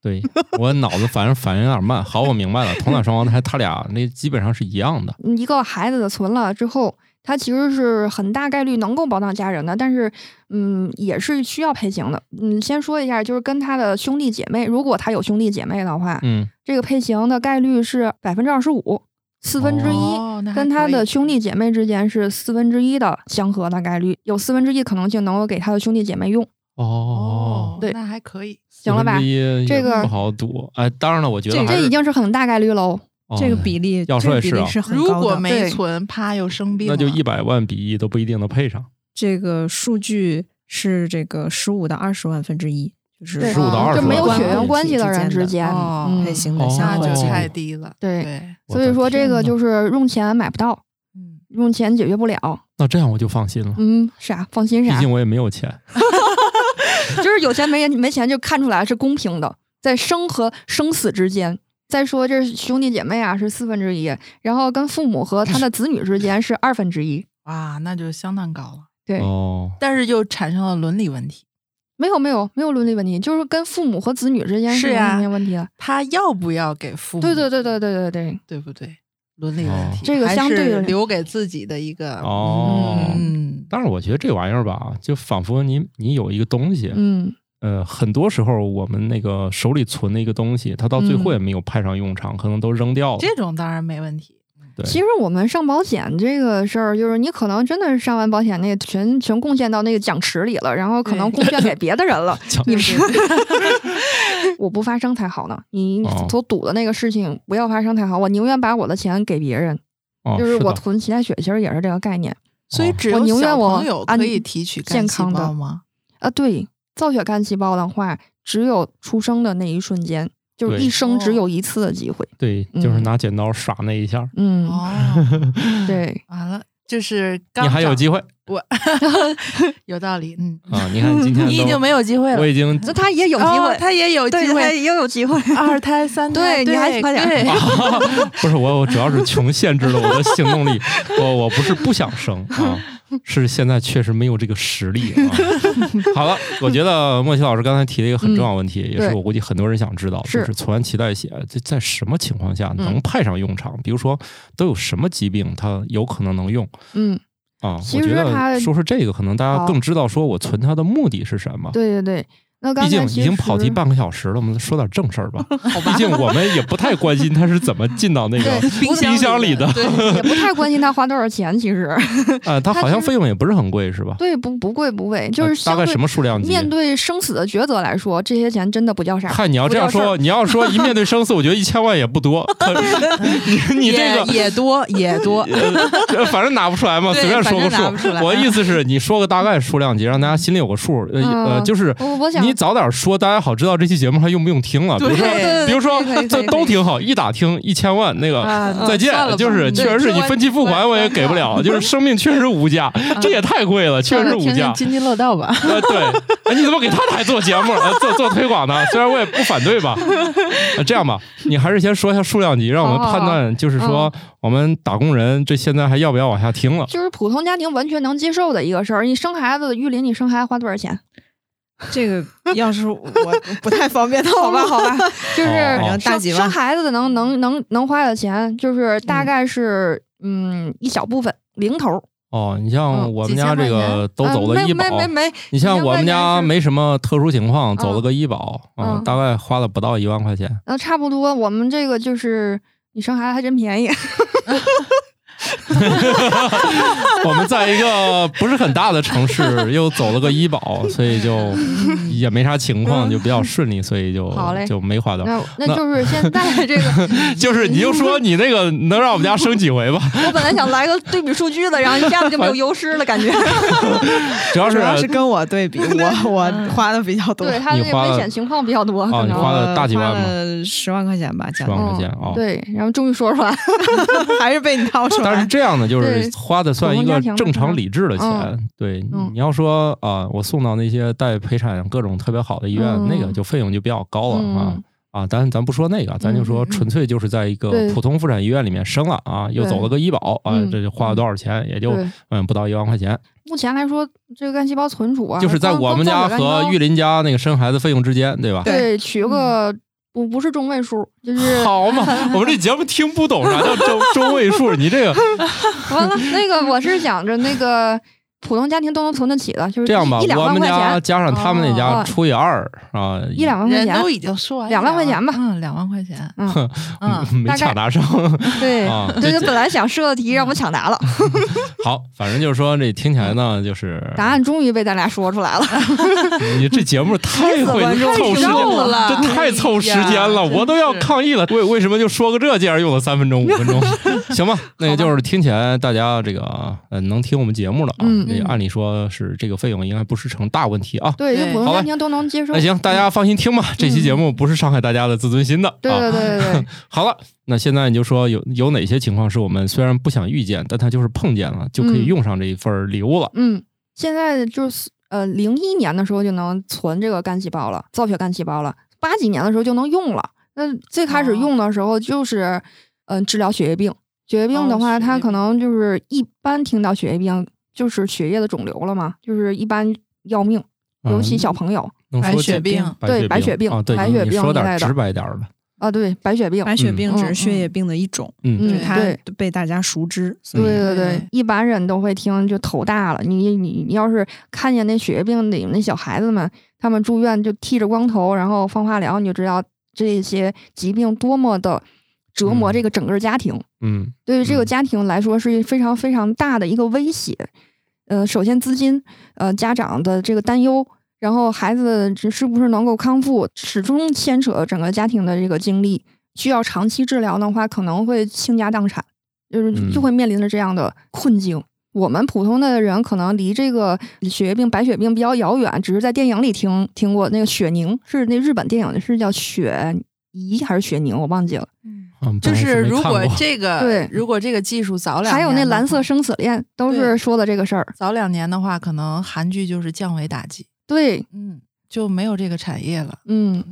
对我脑子反正反应有点慢。好，我明白了，同卵双胞胎他俩那基本上是一样的。 一个孩子的存了之后，他其实是很大概率能够保障家人的，但是嗯，也是需要配型的。嗯，先说一下，就是跟他的兄弟姐妹，如果他有兄弟姐妹的话，嗯，这个配型的概率是百分之二十五。四分之一。哦那还跟他可以的兄弟姐妹之间是四分之一的相合的概率，有四分之一可能性能够给他的兄弟姐妹用。哦哦，，对那还可以。行了吧四分之一也这个不好赌。哎，当然了，我觉得这还这是已经是很大概率喽。哦这个比例，要这说个也比是例啊是很如高果的没对存，啪又生病那了，就一百万比一都不一定能配上，这个数据是这个十五到二十万分之一，就是对15到20就没有血缘关系的人之间，哦嗯类型的哦相那关就 性。太低了。对对，我所以的说这天个呐就是用钱买不到，嗯，用钱解决不了。那这样我就放心了，嗯，傻，放心毕傻，竟我也没有钱。就是有钱没没钱就看出来是公平的，在生和生死之间。再说这兄弟姐妹啊是四分之一，然后跟父母和他的子女之间是二分之一。哇，那就相当高了。对，哦，但是又产生了伦理问题。没有没有没有伦理问题，就是跟父母和子女之间是没有呀什么问题的。他要不要给父母？对对对对对对对，对不对？伦理问题，哦这个还相对是的留给自己的一个哦嗯，但是我觉得这玩意儿吧，就仿佛你你有一个东西，嗯，呃，很多时候我们那个手里存的一个东西，它到最嗯后也没有派上用场，可能都扔掉了。这种当然没问题。对其实我们上保险这个事儿，就是你可能真的是上完保险那个全全贡献到那个奖池里了，然后可能对贡献给别的人 了嗯奖。你是 我不发生才好呢。你你哦所赌的那个事情不要发生才好，我宁愿把我的钱给别人，哦，就是是我的哦囤脐带血，其实也是这个概念所以只我有宁愿小我朋友按可以提取干健细康的胞吗？啊。对，造血干细胞的话，只有出生的那一瞬间，就是对一生只哦有一次的机会。对，嗯就是拿剪刀耍那一下，嗯，哦，对，完了，就是刚你还有长机会 有道理，嗯，啊！你看 今天你已都经没有机会了我，已经那他也有机哦会，他也有机对他会，也有机会。二胎、三胎，对你还快点啊对 不是我，我主要是穷限制了我的行动力。我我不是不想生啊，是现在确实没有这个实力啊。 好了，我觉得莫西老师刚才提了一个很重要的问题，也是对我估计很多人想知道，嗯是就是存完脐带血这在什么情况下能嗯派上用场？比如说都有什么疾病它有可能能用 嗯，啊？其我觉实它得说是这个，可能大家好更知道说我存它的目的是什么。对对对。那刚毕竟才已其经跑题实半个小时了，我们说点正 事儿吧。毕竟我们也不太关心它是怎么进到那个对冰冰箱里的对，也不太关心他花多少钱，其实啊，它它好像是费用也不是很贵，是吧？对不不贵不贵，就呃是大相概什对么数量级？面对生死的抉择来说，这些钱真的不叫啥。看你要不这样叫事说，儿你要说一面对生死，我觉得一千万也不多。 可是 你你这个也也多也多，呃反正拿不出来嘛，对随便反说个正拿不出数。来我的意思是，你说个大概数量级，让大家心里有个数。呃呃，嗯就是我我想你早点说，大家好知道这期节目还用不用听了。比如说对对对，比如说可以可以可这以都挺好，一打听一千万那个。啊，再见算了，吧就是对确实是说你完分期付款我也给 不了，就是生命确实无价，嗯这也太贵了，确实无听价听。津津乐道吧。 呃，对，哎，你怎么给他台做节目、呃做做推 广呢？虽然我也不反对吧。呃这样吧，你还是先说一下数量级，让我们好好判断，就是哦说我们打工人这现在还要不要往下听了？就是普通家庭完全能接受的一个事儿。你生孩子，玉林，你生孩子花多少钱？这个要是我不太方便， 好好吧，吧，好吧，就是哦好像大生几万生孩子的能能能能花的钱，就是大概是嗯一小部分零头儿。哦，你嗯像我们几家千这块个都啊走了没医保，没没没，你像1000我块钱们家是没什么特殊情况，走了个医保，嗯嗯，大概花了不到一万块钱。 呃，差不多。我们这个就是你生孩子还真便宜。我们在一个不是很大的城 市，又走了个医保，所以就也没啥情况，就比较顺利，所以就嗯好嘞就没花到。 那那那就是现在这个 就是你就说你那个能让我们家生几回吧，我本来想来个对比数据的，然后一下子就没有优势了，感 觉。主要主是要是跟我 对比，我我花的比较多，嗯对，它你这个花危了险情况比较多，哦可你能。花了大几万吗吗？十万块钱吧，十将万近，块钱嗯啊。对，然后终于说出来，还是被你套出来。但是这样呢，就是对花的算一个正常理智的钱。对，嗯你要说啊，我送到那些带陪产各种特别好的医院，嗯那个就费用就比较高了啊嗯啊！咱咱不说那个，咱就说纯粹就是在一个对普通妇产医院里面生了啊，又对走了个医保啊，嗯这就花了多少钱？也就对嗯不到一万块钱，目前来说，这个干细胞存储啊，就是在光我们家和玉。光造血干细林家那个生孩子费用之间，嗯对吧？胞对，取个不不是中位数，就是 好嘛，我们这节目听不懂啥叫中中位数，你这个完了。那个我是想着那个普通家庭都能存得起的，就是这样吧，一一两我万们块家钱，加上他们那哦家哦除以二啊，，一两万块人钱都，已经说完两万块钱吧嗯，两万块钱，嗯，嗯 没大概抢答上。 对啊 对对，本来想设的题让我抢答了，好，反正就是说这听起来嗯呢，就是答案终于被咱俩说出来了，你这节目太会累死观众凑时间肉了这太凑时间了，哎呀我都要真是抗议了。为为什么就说个这，竟然用了三分钟、五 分钟？行吧，那也就是听起来大家这个呃能听我们节目了啊嗯，那嗯按理说是这个费用应该不是成大问题啊。对，就对普好通吧家庭都能接受。那行，大家放心听吧，这期节目不是伤害大家的自尊心的对啊。对对对对，好了，那现在你就说有有哪些情况是我们虽然不想遇见，但它就是碰见了，就可以嗯用上这一份礼物了。 嗯，现在就是呃，零一年的时候就能存这个干细胞了，造血干细胞了，八几年的时候就能用了。那最开哦始用的时候就是，嗯、治疗血液病。血液病哦的话，血液它病可能就是一般听到血液病就是血液的肿瘤了嘛，就是一般要命，尤其嗯小朋友能白说血这病对白血病啊，对，白你血你病说一点儿类的直白点儿的，啊，对白血病，白血病嗯只是血液病的一种，嗯，就嗯是，它对。被大家熟知，所对以对对对，一般人都会听就头大了。你你你要是看见那血液病里那小孩子们，他们住院就剃着光头，然后放化疗，你就知道这些疾病多么的折磨嗯这个整个家庭。嗯对于这嗯个家庭来说是非常非常大的一个威胁。呃，首先资金，呃，家长的这个担忧，然后孩子这是不是能够康复，始终牵扯整个家庭的这个精力。需要长期治疗的话，可能会倾家荡产，就是嗯就会面临着这样的困境。我们普通的人可能离这个血液病、白血病比较遥远，只是在电影里听听过那个血凝，是那日本电影是叫血疑还是血凝，我忘记了。啊不就好意思是没如看果过这个对如果这个技术早两年的话，还有那蓝色生死恋都对是说的这个事儿。早两年的话，可能韩剧就是降维打击，对，嗯，就没有这个产业 了。 嗯，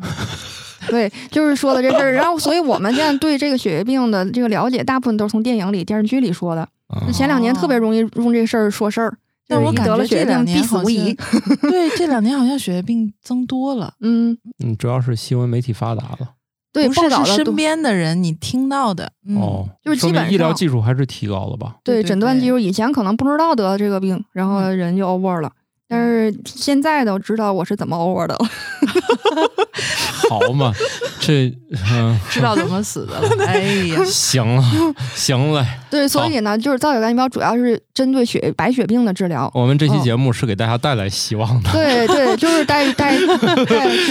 对，就是说的这事儿。然后，所以我们现在对这个血液病的这个了解，大部分都是从电影里、电视剧里说的。啊就前两年特别容易用这事儿说事儿，哦就但是我一感得觉了血这液两病必年死好无疑。像对，这两年好像血液病增多了。嗯，嗯，主要是新闻媒体发达了，对，不报是道是的身多边的人你听到的，嗯、哦，就是说基明本医疗上技术还是提高了吧？对对对诊断对嗯记录，以前可能不知道得了这个病，然后人就 over 了。但是现在都知道我是怎么 over 的了。 好嘛， 这嗯，知道怎么死 的了。哎呀，行了，行了，对，所以呢，就是造血干细胞主要是针对血白血病的治疗。我们这期哦节目是给大家带来希望 的。对对，就是带带带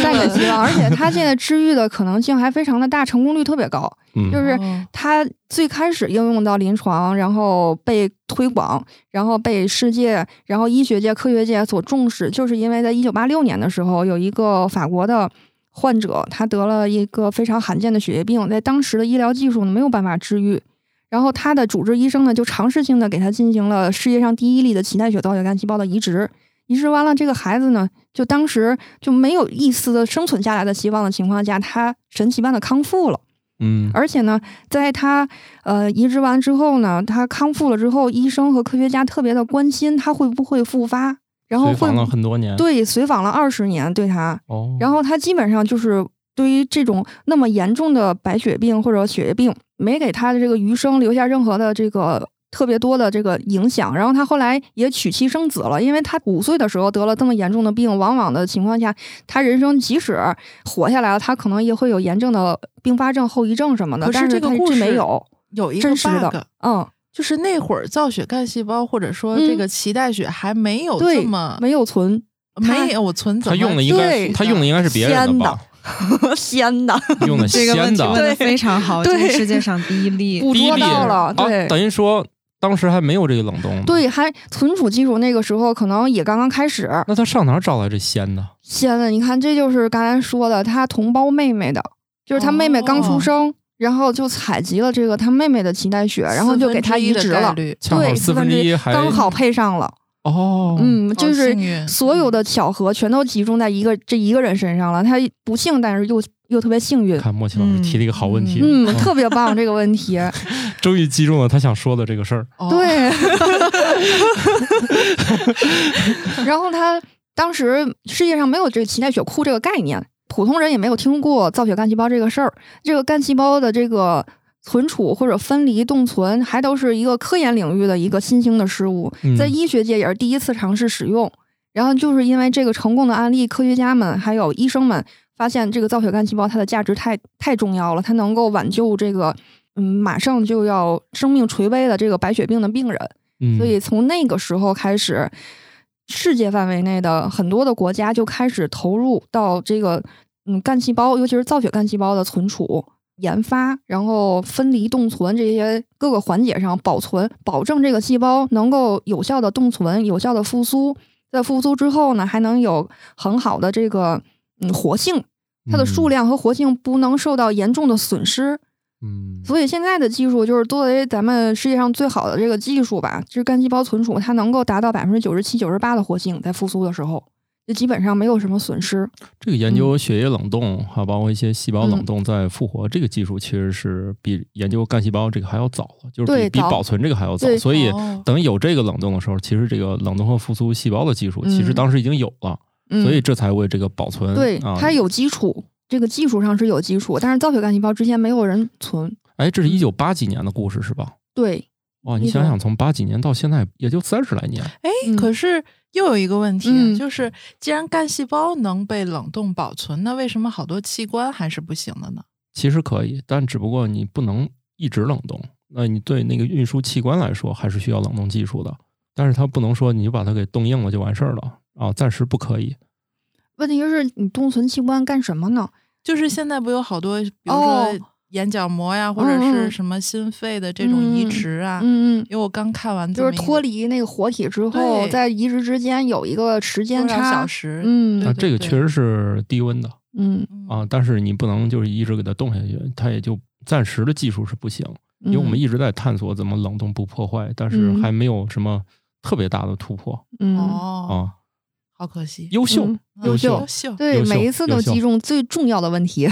带给希望，而且它现在治愈的可能性还非常的大，成功率特别高。嗯，就是哦它最开始应用到临床，然后被推广，然后被世界、然后医学界、科学界所重视，就是因为在一九八六年的时候，有一个法国的患者，他得了一个非常罕见的血液病，在当时的医疗技术呢没有办法治愈。然后他的主治医生呢，就尝试性的给他进行了世界上第一例的脐带血造血干细胞的移植。移植完了，这个孩子呢，就当时就没有一丝的生存下来的希望的情况下，他神奇般的康复了。嗯，而且呢，在他呃移植完之后呢，他康复了之后，医生和科学家特别的关心他会不会复发，然后随会访了不很多年，对随访了二十年对他，嗯哦，然后他基本上就是对于这种那么严重的白血病或者血液病，没给他的这个余生留下任何的这个特别多的这个影响。然后他后来也娶妻生子了，因为他五岁的时候得了这么严重的病，往往的情况下，他人生即使活下来了，他可能也会有严重的并发症、后遗症什么的，可是但这是个他故这没事有，有一个真实 bug，哦的，嗯，就是那会儿造血干细胞或者说嗯这个脐带血还没有这对么，没有存 没有存怎他么用的应该对是他用的应该是别人的鲜吧？鲜的， 用的这个问鲜题问的，的非常好，这对是世界上第一例，捕第一捉例到了，对啊，，等于说当时还没有这个冷冻，，对，还存储技术那个时候可能也刚刚开始，那他上哪儿找来这鲜的？仙的，你看，这就是刚才说的，他同胞妹妹的，就是他妹妹刚哦出生，然后就采集了这个他妹妹的脐带血，然后就给他移植了，对，恰好对，四分分之一还刚好配上了，哦，嗯，好就是幸运嗯所有的巧合全都集中在一个这一个人身上了，他不幸，但是又又特别幸运。看莫奇老师提了一个好问题，嗯，啊特别棒这个问题，终于击中了他想说的这个事儿。哦，对。 然后他当时世界上没有这个脐带血库这个概念，普通人也没有听过造血干细胞这个事儿。这个干细胞的这个存储或者分离冻存还都是一个科研领域的一个新兴的事物嗯，在医学界也是第一次尝试使用。然后就是因为这个成功的案例，科学家们还有医生们发现这个造血干细胞它的价值太太重要了，它能够挽救这个嗯马上就要生命垂危的这个白血病的病人。嗯，所以从那个时候开始，世界范围内的很多的国家就开始投入到这个嗯干细胞，尤其是造血干细胞的存储、研发，然后分离冻存这些各个环节上保存，保证这个细胞能够有效的冻存、有效的复苏。在复苏之后呢，还能有很好的这个嗯活性，它的数量，量和活性不能受到严重的损失。嗯，所以现在的技术就是作为咱们世界上最好的这个技术吧，就是干细胞存储，它能够达到百分之九十七、九十八的活性，在复苏的时候，就基本上没有什么损失。这个研嗯究血液冷冻，还有包括一些细胞冷冻再复活，这个技术其实是比研究干细胞这个还要早了，就是比对比早保存这个还要早。对所以哦等有这个冷冻的时候，其实这个冷冻和复苏细胞的技术，其嗯实当时已经有了，嗯，所以这才为这个保存。对、嗯啊、它有基础，这个技术上是有基础，但是造血干细胞之前没有人存。哎，这是一九八几年的故事是吧？对，哇，你一九想想，从八几年到现在也就三十来年，哎，嗯可是又有一个问题，啊嗯就是既然干细胞能被冷冻保存，那为什么好多器官还是不行的呢？其实可以，但只不过你不能一直冷冻。那你对那个运输器官来说，还是需要冷冻技术的。但是它不能说你就把它给冻硬了就完事儿了啊，暂时不可以。问题是你冻存器官干什么呢？就是现在不有好多，比如哦说眼角膜呀，或者嗯是嗯什么心肺的这种移植啊，嗯嗯。因为我刚看完这就么是一个，脱离那个活体之后，对在移植之间有一个时间多少差小，时，嗯那这个对确实是低温的嗯，嗯啊，但是你不能就是一直给它冻下去，它也就暂时的技术是不行，因为我们一直在探索怎么冷冻不破坏，但是嗯还没有什么特别大的突破嗯哦，啊。好可惜，优秀，嗯优秀优秀，对优秀每一次都优秀击中最重要的问 题。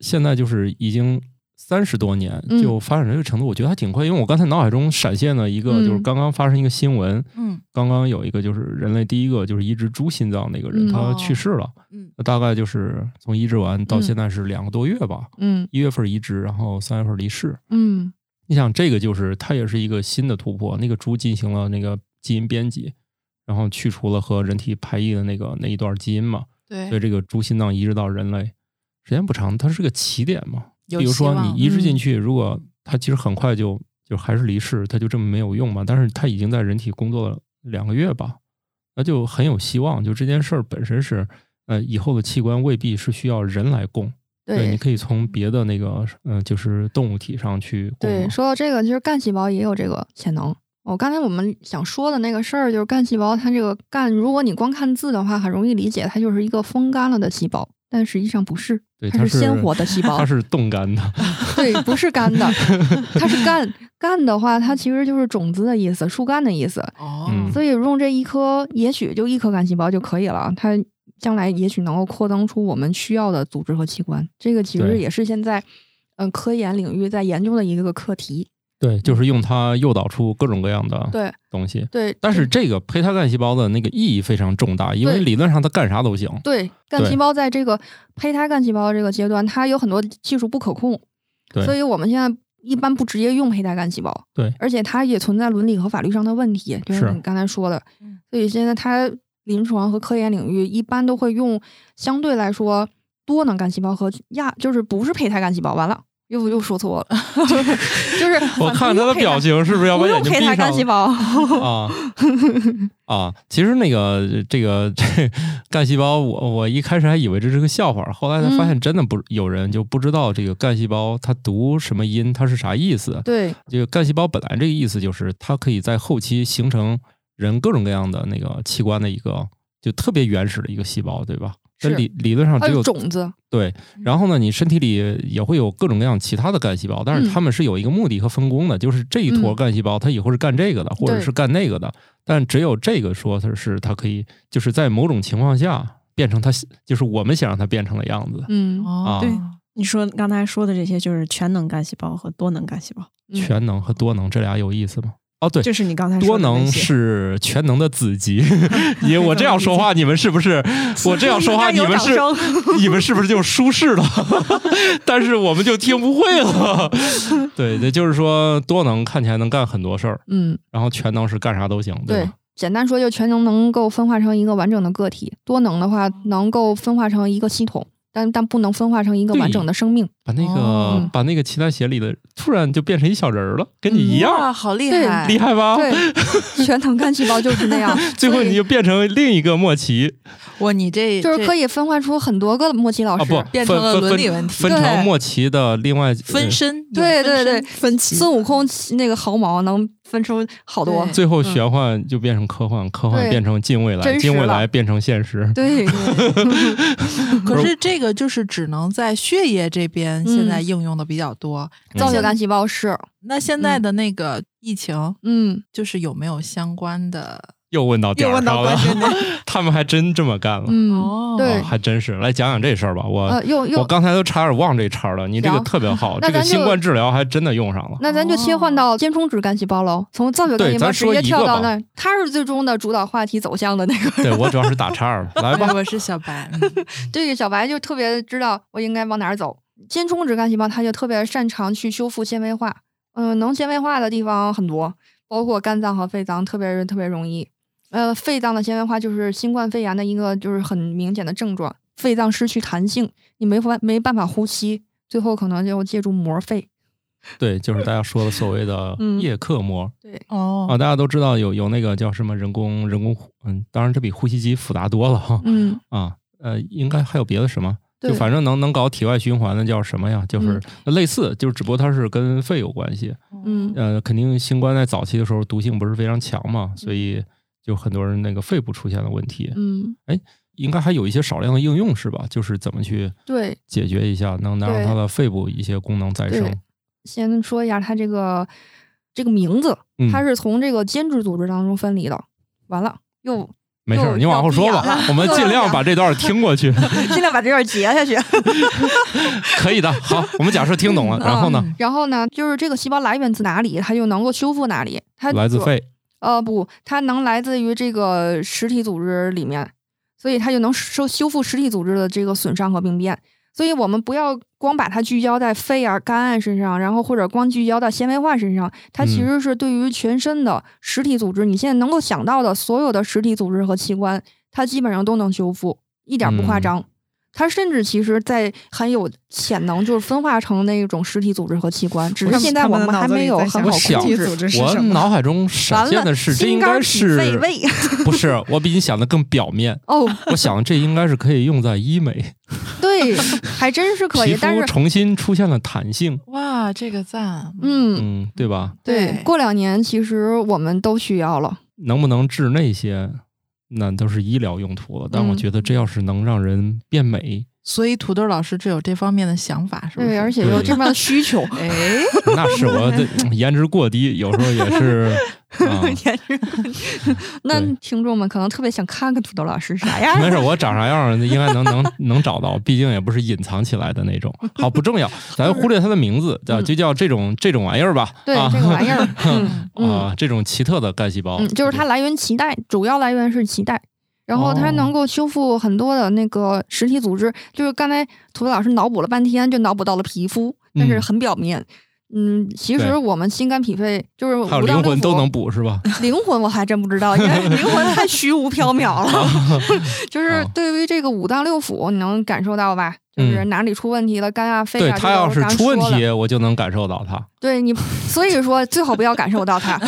现在就是已经三十多年，嗯就发展这个程度，我觉得还挺快。因为我刚才脑海中闪现了一个，嗯就是刚刚发生一个新闻，嗯刚刚有一个就是人类第一个就是移植猪心脏那个人，嗯他去世了。哦嗯，那大概就是从移植完到嗯现在是两个多月吧，嗯一月份移植，然后三月份离世。嗯，你想，这个就是它也是一个新的突破。那个猪进行了那个基因编辑，然后去除了和人体排异的那个那一段基因嘛，所以对，这个猪心脏移植到人类，时间不长，它是个起点嘛。有比如希说望你移植进嗯去，如果它其实很快就就还是离世，它就这么没有用嘛。但是它已经在人体工作了两个月吧，那就很有希望。就这件事儿本身是，呃，以后的器官未必是需要人来供，对，你对可以从别的那个，嗯、就是动物体上去供嘛。对，说到这个，其实干细胞也有这个潜能。我、刚才我们想说的那个事儿，就是干细胞，它这个干，如果你光看字的话，很容易理解，它就是一个风干了的细胞，但实际上不是，对，它它是鲜活的细胞 它是冻 干的。对，不是干 的，它是干。干的话，它其实就是种子的意思，树干的意思。哦，嗯所以用这一颗，也许就一颗干细胞就可以了，它将来也许能够扩增出我们需要的组织和器官。这个其对实也是现在，嗯、科研领域在研究的一个课题。对，就是用它诱导出各种各样的对东西。对，但是这个胚胎干细胞的那个意义非常重大，因为对理论上它干啥都行。对，干对细胞在这个胚胎干细胞这个阶段，它有很多技术不可控，对所以我们现在一般不直接用胚胎干细胞。对而且它也存在伦理和法律上的问题，就是是你刚才说的嗯。所以现在它临床和科研领域一般都会用相对来说多能干细胞和亚，就是不是胚胎干细胞。完了，又又说错了， 就是我看他的表，情是不是要不把用眼睛胚闭胎上干细胞。 啊啊！其实那个这个 这干细胞，我我一开始还以为这是个笑话，后来才发现嗯真的不、有人就不知道这个干细胞它读什么音，它是啥意思。对，这个干细胞本来这个意思就是它可以在后期形成人各种各样的那个器官的一个就特别原始的一个细胞，对吧？这是理理论上还啊只有有种子。对，然后呢，你身体里也会有各种各样其他的干细胞，但嗯是它们是有一个目的和分工的，就是这一坨嗯干细胞它以后是干这个的，或者对是干那个的，但只有这个说它是它可以，就是在某种情况下变成它，就是我们想让它变成的样子。嗯，哦，对你说刚才说的这些，就是全能干细胞和多能干细胞。嗯全能和多能这俩有意思吗？哦，对，就是你刚才多说的那能些是全能的子集， 也我这样说话，你们是不是？我这样说话，你们是你们是不是就舒适了？但是我们就听不会了。对，也就是说，多能看起来能干很多事儿，嗯，然后全能是干啥都行，对吧？，简单说就全能能够分化成一个完整的个体，多能的话能够分化成一个系统，但但不能分化成一个对完整的生命。把那个、哦把那个脐带鞋里的突然就变成一小人儿了，跟你一样，哇，好厉对害！厉害吧？ 对，全能干细胞就是那样，最后你就变成另一个莫奇哇，你这就是可以以分化出很多个莫奇老啊，师。不变分成了分伦理分问题分对成莫奇的另外分呃身，有对分对身对，分歧孙悟空那个毫毛能分出好多。对最后玄幻就变成科幻，科幻嗯对变成近未来，真实近未来了变成现实。对， 可是这个就是只能在血液这边现嗯在应用的比较多。嗯造血干细胞是，那现在的那个疫情，嗯，就是有没有相关的？又问到点儿上了， 他们还真这么干了，嗯，哦对哦还真是。来讲讲这事儿吧，我、呃，又我又，刚才都差点忘这茬儿了，你这个行特别好， 那这个咱就新冠治疗还真的用 上了。那咱就切换到间充质干细胞喽，从造血干对细胞咱直说接一跳个到吧那，它是最终的主导话题走向的那个。 对我主要是打岔儿了，来吧哎，我是小白，嗯这个小白就特别知道我应该往哪儿走。间充质干细胞它就特别擅长去修复纤维化，嗯、能纤维化的地方很多，包括肝脏和肺脏，特别特别容易。呃，肺脏的纤维化就是新冠肺炎的一个就是很明显的症状，肺脏失去弹性，你没法没办法呼吸，最后可能就借助膜肺。对，就是大家说的所谓的嗯叶克膜、啊，哦，大家都知道有有那个叫什么人工人工呼，嗯，当然这比呼吸机复杂多了哈、嗯，啊，呃，应该还有别的什么？就对反正能能搞体外循环的叫什么呀？就是类似，就是只不过它是跟肺有关系。嗯呃，肯定新冠在早期的时候毒性不是非常强嘛，所以就很多人那个肺部出现了问题。嗯，应该还有一些少量的应用是吧？就是怎么去对，解决一下，能能让对它的肺部一些功能再生对。先说一下它这个这个名字，嗯它是从这个间质组织当中分离的。完了， 又没事儿，又你往后说要不一样吧了，我们尽量把这段听 过去，尽量把这段截下去。可以的。好，我们假设 听懂嗯了，然后呢，然后呢，就是这个细胞来源自哪里，它就能够修复哪里。嗯它来自主肺，呃不，它能来自于这个实体组织里面，所以它就能修修复实体组织的这个损伤和病变。所以我们不要光把它聚焦在肺啊、肝啊身上，然后或者光聚焦在纤维化身上，它其嗯实是对于全身的实体组织，你现在能够想到的所有的实体组织和器官，它基本上都能修复，一点儿不夸嗯张。它甚至其实，在很有潜能，就是分化成那种实体组织和器官，只是他现在他我的们脑还子没里有在很想好我想控体制。组织是我什么脑海中闪完现了，的是，这心应肝该脾是肺胃不是？我比你想的更表面。哦， 我想这应该是可以用在医美，对，还真是可皮以，但肤是重新出现了弹性，哇，这个赞，嗯，嗯，对吧？对对，过两年其实我们都需要了，能不能治那些，那都是医疗用途了。但我嗯觉得这要是能让人变美，所以土豆老师只有这方面的想法，是不对，是？而且有对这么的需求， 哎，那是我 的颜值过低，有时候也是。啊那对听众们可能特别想看看土豆老师 啥样没事，我长啥样儿应该能 能能找到，毕竟也不是隐藏起来的 那种。好，不重要，咱忽略它的名字，叫就叫这种这种玩意儿吧。 嗯对啊这个玩意 儿，嗯啊，这种奇特的干细胞，嗯，就是它来源脐带，主要来源是脐带。然后它哦能够修复很多的那个实体组织，就是刚才土豆老师脑补了半天，就脑补到了皮肤，但是嗯很表面。嗯，其对实我们心肝脾肺就是还有五脏六灵魂都腑能补是吧？ 灵魂我还真不知道，因为灵魂太虚无缥缈 了。就是哦对于这个五脏六腑，你能感受到吧？就是嗯哪里出问题了，肝啊、肺对啊，这它个要我是刚出问说了题，我就能感受到 它。对你，所以说最好不要感受到 它，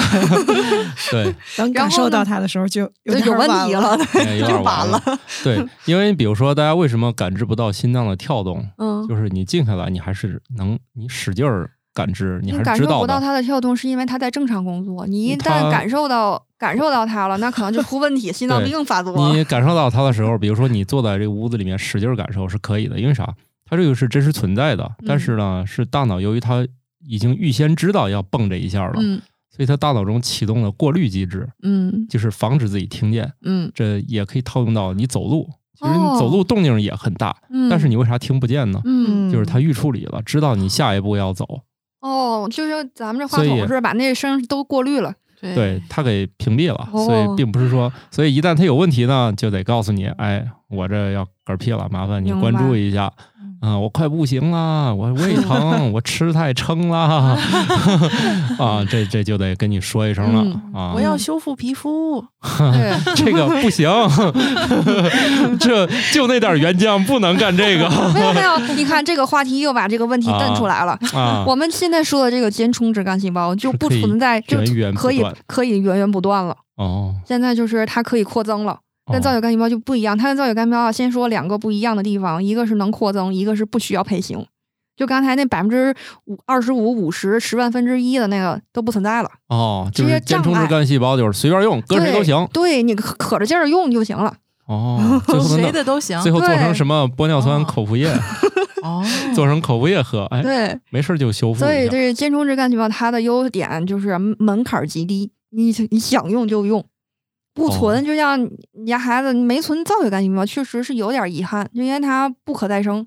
对，等感然后受到呢它的时候就就有点有儿问晚题了。了。哎有点完了。对，因为比如说，大家为什么感知不到心脏的跳动？嗯，就是你静下来，你还是能，你使劲儿感知，你还感是知受道不到的。它的跳动，是因为它在正常工作。你一它旦感受到感受到它了，那可能就出问题，心脏对病发作。你感受到它的时候，比如说你坐在这个屋子里面使劲儿感受是可以的，因为啥？它这个是真实存在的，嗯但是呢，是大脑由于它已经预先知道要蹦这一下了，嗯所以它大脑中启动了过滤机制，嗯就是防止自己听见。嗯这也可以套用到你走路，其实你哦走路动静也很大，嗯，但是你为啥听不见呢？嗯就是它预处理了，知道你下一步要走。哦，就是咱们这话所以 筒是把那声都过滤了。对对他给屏蔽了，哦所以并不是说，所以一旦他有问题呢，就得告诉你，哎，我这要嗝屁了，麻烦你明关注白嗯一下。啊、我快不行 啦，我胃疼，我吃太撑啦，啊，这这就得跟你说一声了、嗯啊。我要修复皮肤，对，这个不行， 这就那点原浆不能干这个 没有没有，你看这个话题又把这个问题瞪出来了。啊。我们现在说的这个间充质干细胞就不存在，是就可以源源不可以断可以源源不断了。哦，现在就是它可以扩增了，跟造哦血干细胞就不一样。它跟造血干细胞啊，先说两个不一样的地方，一个是能扩增，一个是不需要配型。就刚才那百分之五、二十五、五十、十万分之一的那个都不存在了，哦，就这是些间障充式碍干细胞，就是随便用，搁谁都对行。对你可可着劲儿用就行了。哦，最后谁弄的都行。最后做成对什么玻尿酸哦口服液，哦，做成口服液喝，哎，对，没事儿就修复所以一下。这间充质干细胞它的优点就是门槛儿极低，你你想用就用，哦不存、就像你家孩子没存造血干细胞，确实是有点遗憾，就因为它不可再生，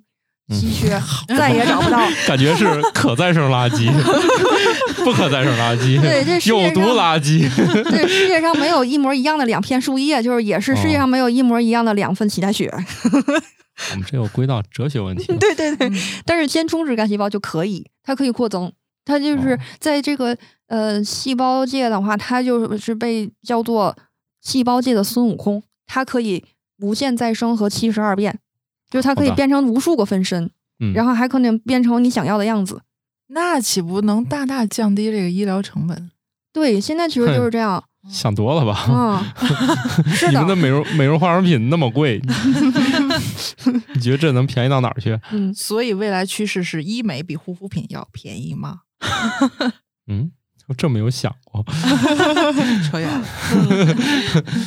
嗯稀 缺，再也找不到。感觉是可再生垃圾， 不可再生垃圾，对这世界有毒垃圾。 对，世界上没有一模一样的两片树叶，就是也是世界哦上没有一模一样的两份脐带血。我们这又归到哲学问题 了。对对对，但是间充质干细胞就可以，它可以扩增，它就是哦在这个呃细胞界的话，它就是被叫做细胞界的孙悟空，它可以无限再生和七十二变，就是它可以好的变成无数个分身，嗯，然后还可能变成你想要的样子。那岂不能大大降低这个医疗成本？对，现在其实就是这 样，想多了吧？ 嗯，是你们的的，美容美容化妆品那么 贵，你觉得这能便宜到哪儿去？嗯，所以未来趋势是医美比护肤品要便宜吗？嗯，我真没有想过。扯远了。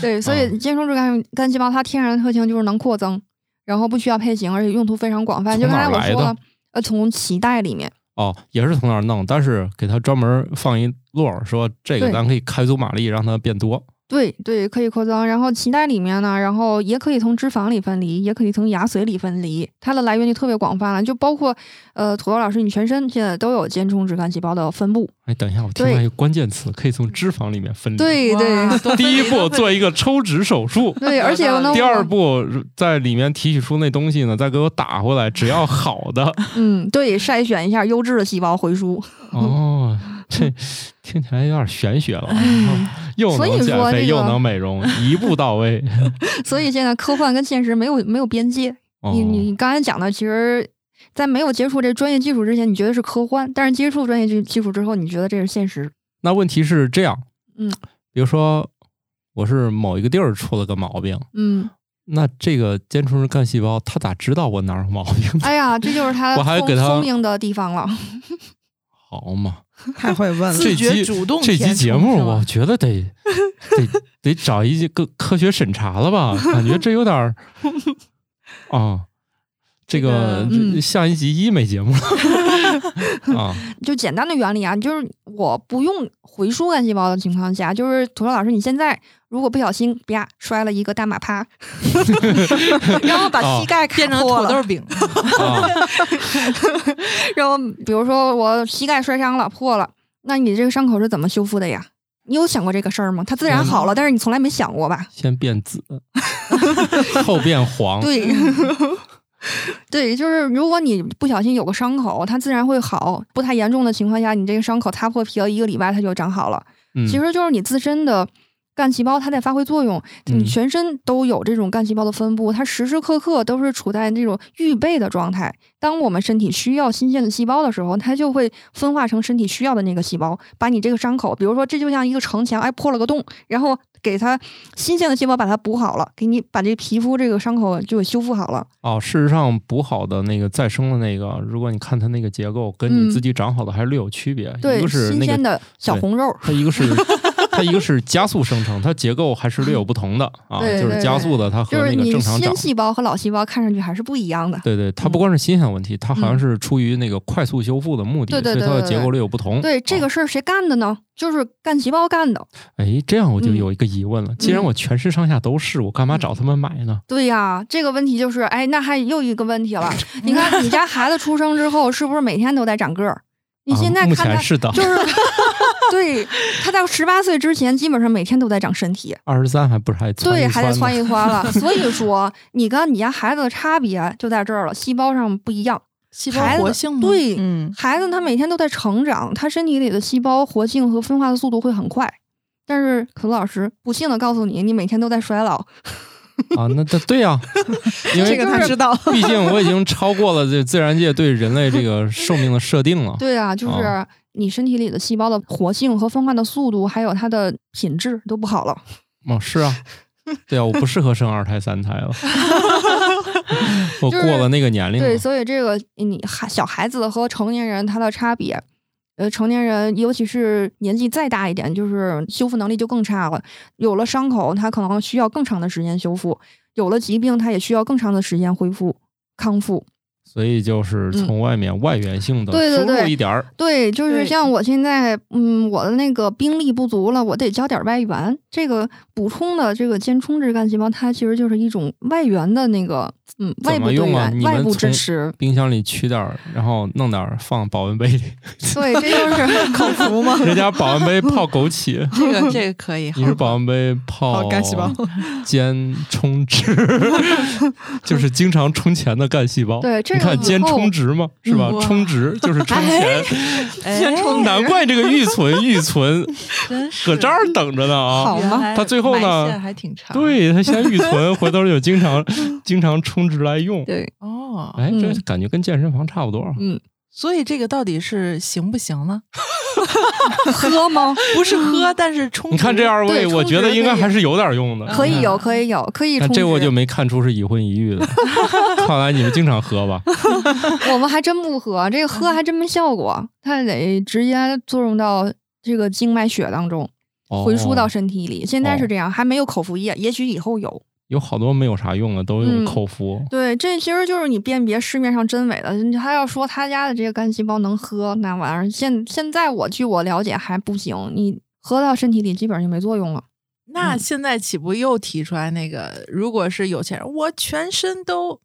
对，所嗯以间充质干干细胞它天然的特性就是能扩增，然后不需要配型，而且用途非常广泛。就从刚才哪儿我来说的了，呃，从脐带里面，哦，也是从那儿弄，但是给它专门放一摞儿，说这个对咱可以开足马力让它变多。对对，可以扩增。然后脐带里面呢，然后也可以从脂肪里分离，也可以从牙髓里分离，它的来源就特别广泛了，就包括呃，土豆老师，你全身现在都有间充质干细胞的分布。哎，等一下，我听对到一个关键词，可以从脂肪里面分离。，对对 哇，多 第一分步离做一个抽脂 ，手术对， 而且呢，第二我步在里面提取出那东西呢，再给我打回来，只要 好的。嗯，对，筛选一下优质的细胞回输。 哦，这听起来有点玄学了啊，又哎所以能减说肥这又个能美容，一步 到位。所以现在科幻跟现实没有没有边界。哦你你刚才讲的，其实，在没有接触这专业技术之前，你觉得是科幻；但是接触专业技技术之后，你觉得这是现实。那问题是这样，嗯，比如说我是某一个地儿出了个毛病， 嗯，那这个间充质干细胞它咋知道我哪儿有毛病的？哎呀，这就是他我还聪给他聪明的地方了。好嘛，太会问了。这期自觉主动这填期充节目是吧我觉得 得得得找一些个科学审查了吧，感觉这有点 儿啊，这个这个嗯这像一集医美节目了 啊，就简单的原理啊，就是我不用回输干细胞的情况下，就是土豆老师，你现在如果不小心啪摔了一个大马趴，然后把啊膝盖卡变成破土了，豆饼， 啊然后比如说我膝盖摔伤了破了，那你这个伤口是怎么修复的呀？你有想过这个事儿吗？它自然好了，但是你从来没想过吧？先变 紫，后变黄，对， 对，就是如果你不小心有个伤口，它自然会好。不太严重的情况下，你这个伤口擦破皮了一个礼拜，它就长好了。嗯其实就是你自身的干细胞它在发挥作用，你嗯全身都有这种干细胞的分布，它时时刻刻都是处在这种预备的状态。当我们身体需要新鲜的细胞的时候，它就会分化成身体需要的那个细胞，把你这个伤口，比如说这就像一个城墙，哎破了个洞，然后给它新鲜的细胞把它补好了，给你把这皮肤这个伤口就给修复好了。哦，事实上补好的那个再生的那个，如果你看它那个结构，跟嗯你自己长好的还是略有区别，一对，个是新那鲜个的小对红肉。它一 个是它一个是加速生成，它结构还是略有不同的啊，对就是对加速的它和就是那个你正常长新。细胞和老细胞看上去还是不一样的，对对，它不光是新鲜问题，它好像是出于那个快速修复的目的，对对对所以它的对结对构略有不同。对这啊个事儿谁干的呢？就是干细胞干的。哎，这样我就有一个疑问嗯了：既然我全身上下都是，我干嘛找他们买呢？对呀，这个问题就是，哎，那还又一个问题 了。你看，你家孩子出生之后，是不是每天都在长个儿？你啊现在目看前他是的，就是， 对他到十八岁之前，基本上每天都在长身体，二十三还不是还对，还得窜窜一窜了。所以说，你跟你家孩子的差别就在这儿了，细胞上不一样。细胞孩活子性吗？对、嗯，孩子，他每天都在成长，他身体里的细胞活性和分化的速度会很快。但是，可乐老师不幸的告诉你，你每天都在衰老。啊？那这对 呀、因为这个他知道，毕竟我已经超过了这自然界对人类这个寿命的设定了。对啊，就是哦你身体里的细胞的活性和分化的速度，还有它的品质都不好了。哦，是啊，对啊，我不适合生二胎、三胎了，我就是过了那个年龄了对，。所以这个你孩小孩子和成年人他的差别，呃，成年人尤其是年纪再大一点，就是修复能力就更差了。有了伤口，他可能需要更长的时间修复；有了疾病，他也需要更长的时间恢复康复。所以就是从外面外源性嗯的对对输入对一点儿，对，就是对像我现在，嗯，我的那个兵力不足了，我得交点外援。这个补充的这个间充质干细胞，它其实就是一种外援的那个，嗯，外部怎么队用员、啊？你外们部支从。持冰箱里取点儿，然后弄点儿放保温杯里。对，这 就是 口服吗？人家保温杯泡枸杞，这个这个可以。你是保温杯泡好干 细胞，间充值， 就是经常充钱的干细胞。对这你个看以间后充值嘛，是吧嗯？哇充值就是充 钱，哎，难怪这个预存预 存真是搁这儿等着呢啊！好原吗？来他最后呢埋线还挺长。对他先预存，回头就经 常经常充值来用。嗯对，哦，哎，这嗯感觉跟健身房差不多啊。所以这个到底是行不行呢？哎哎喝吗？不是喝，但是充。你看这二位，对我充觉得值应该可以还是有点用的。可以有，嗯可以有，可以那充值。这我就没看出是已婚一育 的，看来你们经常喝吧？我们还真不喝，这个喝还真没效果，它得直接作用到这个静脉血当中，哦回输到身体里。现在哦是这样，还没有口服液，也许以后有。有好多没有啥用的，都用嗯口服。对，这其实就是你辨别市面上真伪的。你他要说他家的这个干细胞能喝那玩意儿，现现在我据我了解还不行，你喝到身体里基本上就没作用了。那嗯现在岂不又提出来那个？如果是有钱人，我全身都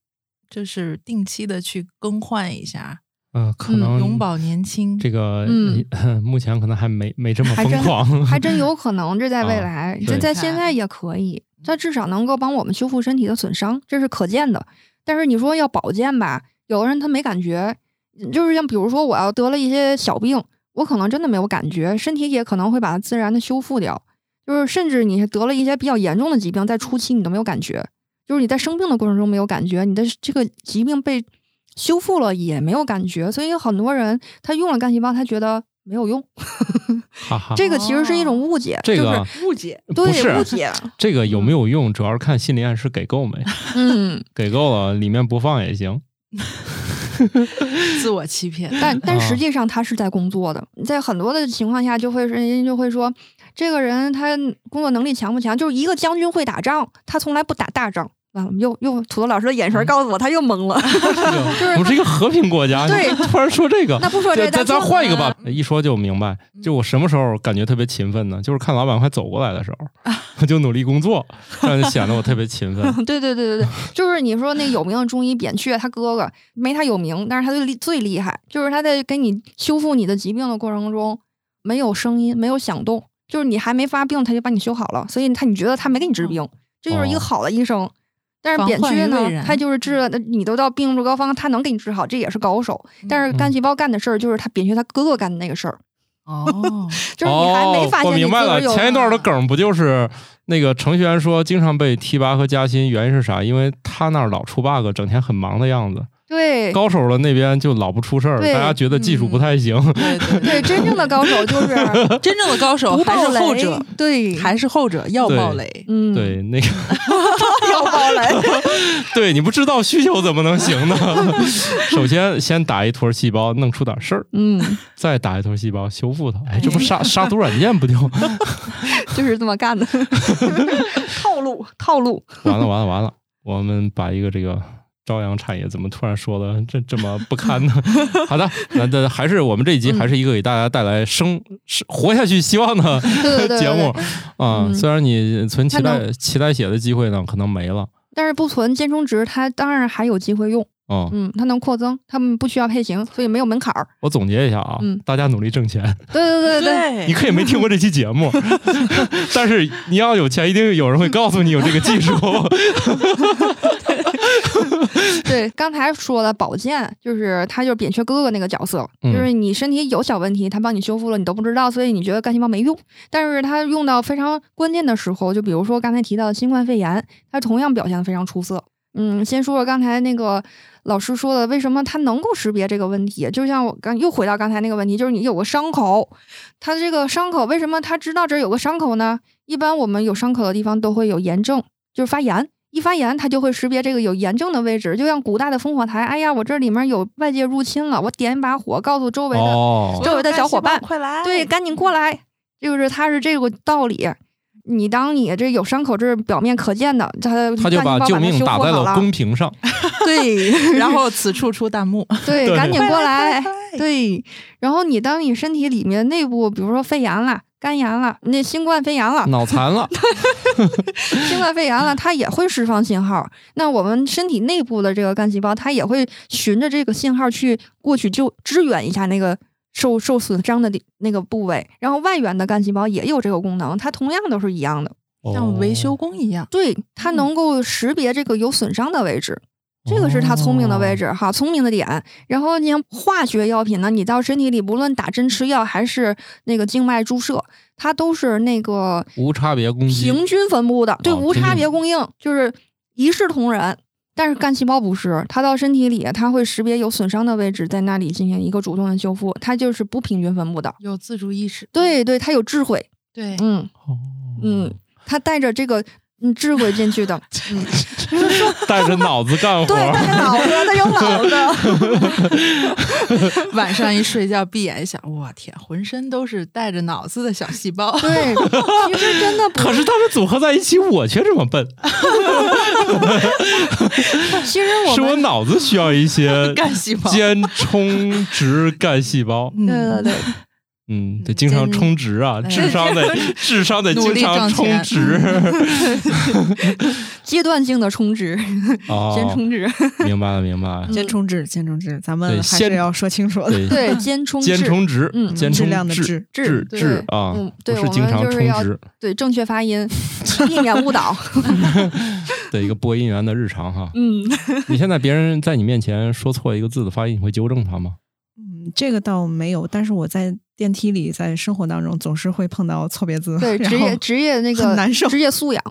就是定期的去更换一下，嗯、可嗯能永葆年轻。这个、嗯呃 目前可能还没没这么还疯真 狂，还真有可能，这在未啊来，对嗯这在现在也可以，它至少能够帮我们修复身体的损伤，这是可见的。但是你说要保健吧，有的人他没感觉，就是像比如说我要得了一些小病，我可能真的没有感觉，身体也可能会把它自然的修复掉。就是甚至你得了一些比较严重的疾病，在初期你都没有感觉，就是你在生病的过程中没有感觉，你的这个疾病被修复了也没有感觉，所以有很多人他用了干细胞，他觉得没有用。 哈哈。这个其实是一种误解，啊这就是个误解，不对是误 解，这个有没有用，主要是看心理暗示给够没，嗯，给够了里面不放也行。自我欺骗。但但啊实际上他是在工作的，在很多的情况下，就会人家就会说，这个人他工作能力强不强？就是一个将军会打仗，他从来不打大仗。啊，又又土豆老师的眼神嗯告诉我，他又懵了。这个我们是一个和平国家，对你突然说这个，那嗯不说这咱个，咱咱说换一个吧。一说就明白，就我什么时候感觉特别勤奋呢？就是看老板快走过来的时候， 我就努力工作，这样就显得我特别勤奋。对对对对对，就是你说那有名的中医扁鹊，他哥哥没他有名，但是他最厉最厉害，就是他在给你修复你的疾病的过程中，没有声音，没有响动，就是你还没发病，他就把你修好了，所以他你觉得他没给你治病，这就是一哦个好的医生。但是防扁患于鹊未呢然，他就是治嗯了你都到病入膏肓，他能给你治好，这也是高手。但嗯是干细胞干的事儿，就是他扁鹊他哥哥干的那个事儿，哦， 就是你还没发哦、现我你明自白了，己有前一段的梗不就是那个程序员说经常被提拔和加薪，原因是啥？因为他那儿老出 bug，整天很忙的样子。对高手了那边就老不出事儿，对嗯大家觉得技术不太行。对对 对，对，真正的高手就是 真正的高手不还爆是雷，后者，对，还是后者要对爆雷。嗯对，那个， 要爆雷。 对，你不知道需求怎么能行呢？ 首先，先打一坨细胞，弄出点事儿，嗯， 再打一坨细胞修复它。哎，这不杀杀毒软件不就 就是这么干的，套路套路。完了？完了完了！我们把一个这个朝阳产业怎么突然说的这这么不 堪呢？好的，那那还是我们这一集嗯还是一个给大家带来生是活下去希望的对对对对 节目啊。嗯虽然你存脐它带脐带血的机会呢可能没了，但是不存间充值，它当然还有机会用。嗯，嗯，它能扩增，它们不需要配型，所以没有门槛儿。我总结一下啊，嗯大家努力挣钱。对对对对，你可以没听过这期节 目，但是你要有钱，一定有人会告诉你有这个技术。对，刚才说了保健，就是他就是扁鹊哥哥那个角色，就嗯是你身体有小问题，他帮你修复了，你都不知道，所以你觉得干细胞没用。但是他用到非常关键的时候，就比如说刚才提到的新冠肺炎，他同样表现得非常出色。嗯，先说说刚才那个老师说的，为什么他能够识别这个问题？就像我刚又回到刚才那个问题，就是你有个伤口，他这个伤口为什么他知道这儿有个伤口呢？一般我们有伤口的地方都会有炎症，就是发炎。一发炎，它就会识别这个有炎症的位置，就像古代的烽火台。哎呀，我这里面有外界入侵了，我点一把火，告诉周围的，哦，周围的小伙伴快来！ 对，赶紧过来，就是它是这个道理。你当你这有伤口，这是表面可见的，它他就把救命打在了公公屏 上。 对，然后此处出 弹幕，对，对赶紧过来，对对。然后你当你身体里面内部，比如说肺炎了、肝炎了、 那新冠肺炎了、脑 残了，新冠肺炎了，它也会释放信号。那我们身体内部的这个干细胞，它也会循着这个信号去过去就支援一下那个受受损伤的地那个部位。然后外源的干细胞也有这个功能，它同样都是一样的。哦像维修工一样。对，它能够识别这个有损伤的位置。这个是它聪明的位置哈，聪明的点。然后你像化学药品呢，你到身体里不论打针吃药还是那个静脉注射，它都是那个无差别攻击，平均分布的，对，哦无平差均别供应，就是一视同仁。但是干细胞不是，它到身体里，它会识别有损伤的位置，在那里进行一个主动的修复，它就是不平均分布的。有自主意识，对对，它有智慧，对，嗯。哦嗯，他带着这个嗯智慧进去的，嗯， 带着脑子干活对，带儿。着脑子，他有脑子，。晚上一睡觉闭眼一想，我天，浑身都是带着脑子的小细胞对，其实真的不 可是他们组合在一起，我却这么笨，其实是 我我们。脑子需要 一些干细胞兼充值干细胞。对对嗯，对，嗯，得经常充值啊，嗯智 商得智商得经常充值阶段性的充值，先哦，充 值， 明白了，明白了，先充值，先充值，咱们对还先是要说清楚的。对，对，兼充 兼值，充值，嗯兼质充量的质质质对质啊，嗯不对是经常我充们就是 值对正确发音，避免误 导。的一个播音员的日常哈。嗯，你现在别人在你面前说错一个字的发音，你会纠正他吗？嗯，这个倒没有，但是我在电梯里，在生活当中总是会碰到错别字，对，然职后业职业那个很难受职业素养，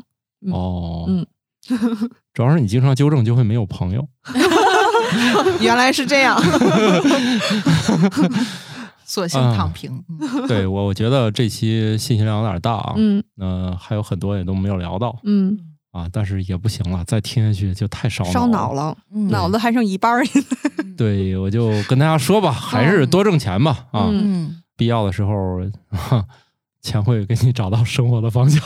嗯哦，嗯 主要是你经常纠正，就会没有朋友。原来是这样，索性啊躺平。嗯对我，我觉得这期信息量有点大啊，嗯呃，还有很多也都没有聊到嗯，啊，但是也不行了，再听下去就太烧烧脑。脑了，嗯脑子还剩一半儿。 对，我就跟大家说吧，还是多挣钱吧啊，嗯嗯，必要的时候，哈钱会给你找到生活的方 向。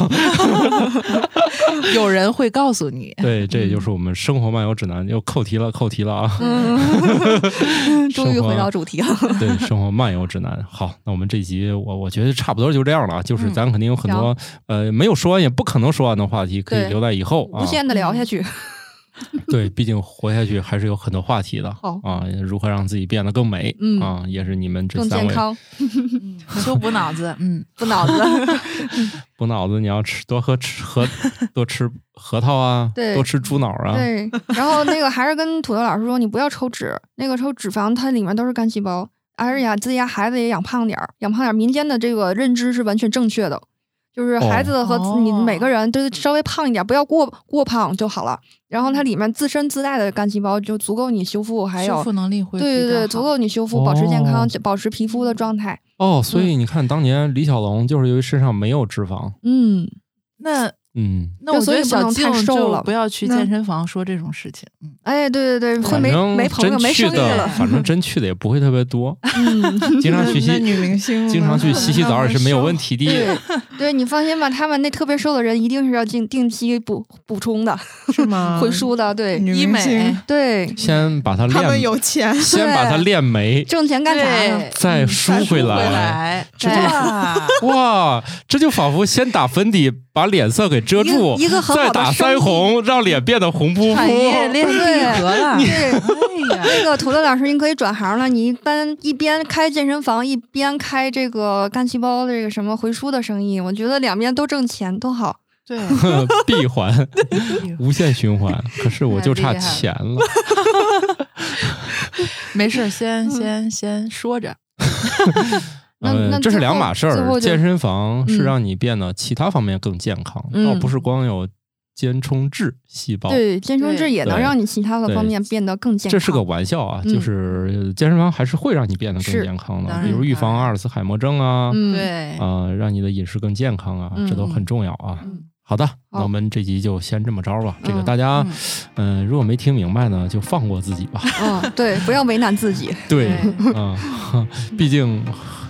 有人会告诉你，对，这也就是我们生活漫游指南，又扣题了，扣题了啊！嗯，终于生活啊回到主题了。对，生活漫游指南。好，那我们这集我我觉得差不多就这样了啊，就是嗯咱肯定有很多、呃没有说完也不可能说完的话题，可以对留在以后啊无。限的聊下去，对，毕竟活下去还是有很多话题的。好啊，如何让自己变得更美？嗯啊，也是你们这更三健位康， 修补脑子。嗯，补脑 子。补脑子，你要吃多喝 吃核多吃核桃啊，对多吃猪脑啊。对，然后那个还是跟土豆老师说，你不要抽脂，那个抽脂肪它里面都是干细胞，而且啊自己家孩子也养胖点儿，养胖点儿，民间的这个认知是完全正确的，就是孩子和自你哦每个人都稍微胖一点，不要过过胖就好了。然后它里面自身自带的干细胞就足够你修复，还嗯修有复能力会对对比较对，好足够你修复，保持健康哦，保持皮肤的状态。哦，嗯所以你看，当年李小龙就是由于身上没有脂肪，嗯，那嗯， 那我就觉所以得不小能静太瘦就了不要去那健身房说这种事情。嗯，哎，对对对，会反没正没朋友真没去生意的，了。 反正真去的也不会特别多， 嗯，经常去洗那女明星呢经常去洗洗澡也是没有问题的。对，对你放心吧，他们那特别瘦的人一定是要定定期补补充的，是吗？会输的，对啊女医明美星，对， 先把它他们练，有钱，先把它练没，挣钱干啥呢？再梳回回来。来，这就哇，哇，这就仿佛先打粉底把脸色给遮住，一个一个很好再的打生腮意红，让脸变得红 扑扑。产哦业链闭合了，对，哎呀，那个土豆老师，您可以转行了。你一般一边开健身房，一边开这个干细胞的这个什么回输的生意，我觉得两边都挣钱，多好。对， 闭环， 无限循环。可是我就差钱了。没事儿，嗯先先先说着，那那嗯，这是两码事最后儿。最后就健身房是嗯让你变得其他方面更健康，嗯倒不是光有间充质细胞。对，健身制也能对让你其他的对方面变得更健康。这是个玩笑啊，嗯就是健身房还是会让你变得更是健康当的，然比如预当防然阿尔茨海默症啊，嗯，对，啊，让你的饮食更健康啊，这都很重要啊。嗯好的，那我们这集就先这么着吧。这个嗯大家嗯，嗯，如果没听明白呢，就放过自己 吧。嗯，对，不要为难自己。对，啊，毕竟，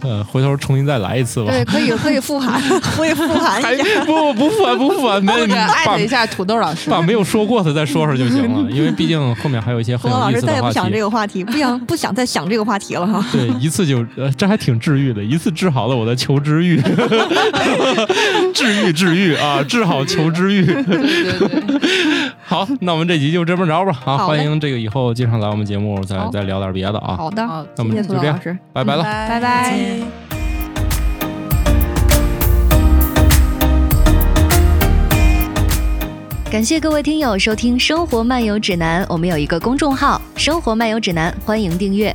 呃，回头重新再来一次吧。对，可以可以复盘，我也复盘还不不复盘不 复盘，没或者 艾把特一下土豆老师，把没有说过的再说说就行 了，因为毕竟后面还有一些胡很有老意师思再也的不话想这题。个话题，不想不想再想这个话题了哈。对，一次就呃，这还挺治愈的，一次治好了我的求知欲， 治愈治愈啊，治好求知欲。对对对。 好，那我们这集就这么着吧啊，好嘞欢迎这个以后经常来我们节目再好再聊点别的 啊，好的，好那我谢谢们涂就老这样老，师。拜拜了。拜拜拜拜。感谢各位听友收听《生活漫游指南》，我们有一个公众号《生活漫游指南》，欢迎订阅。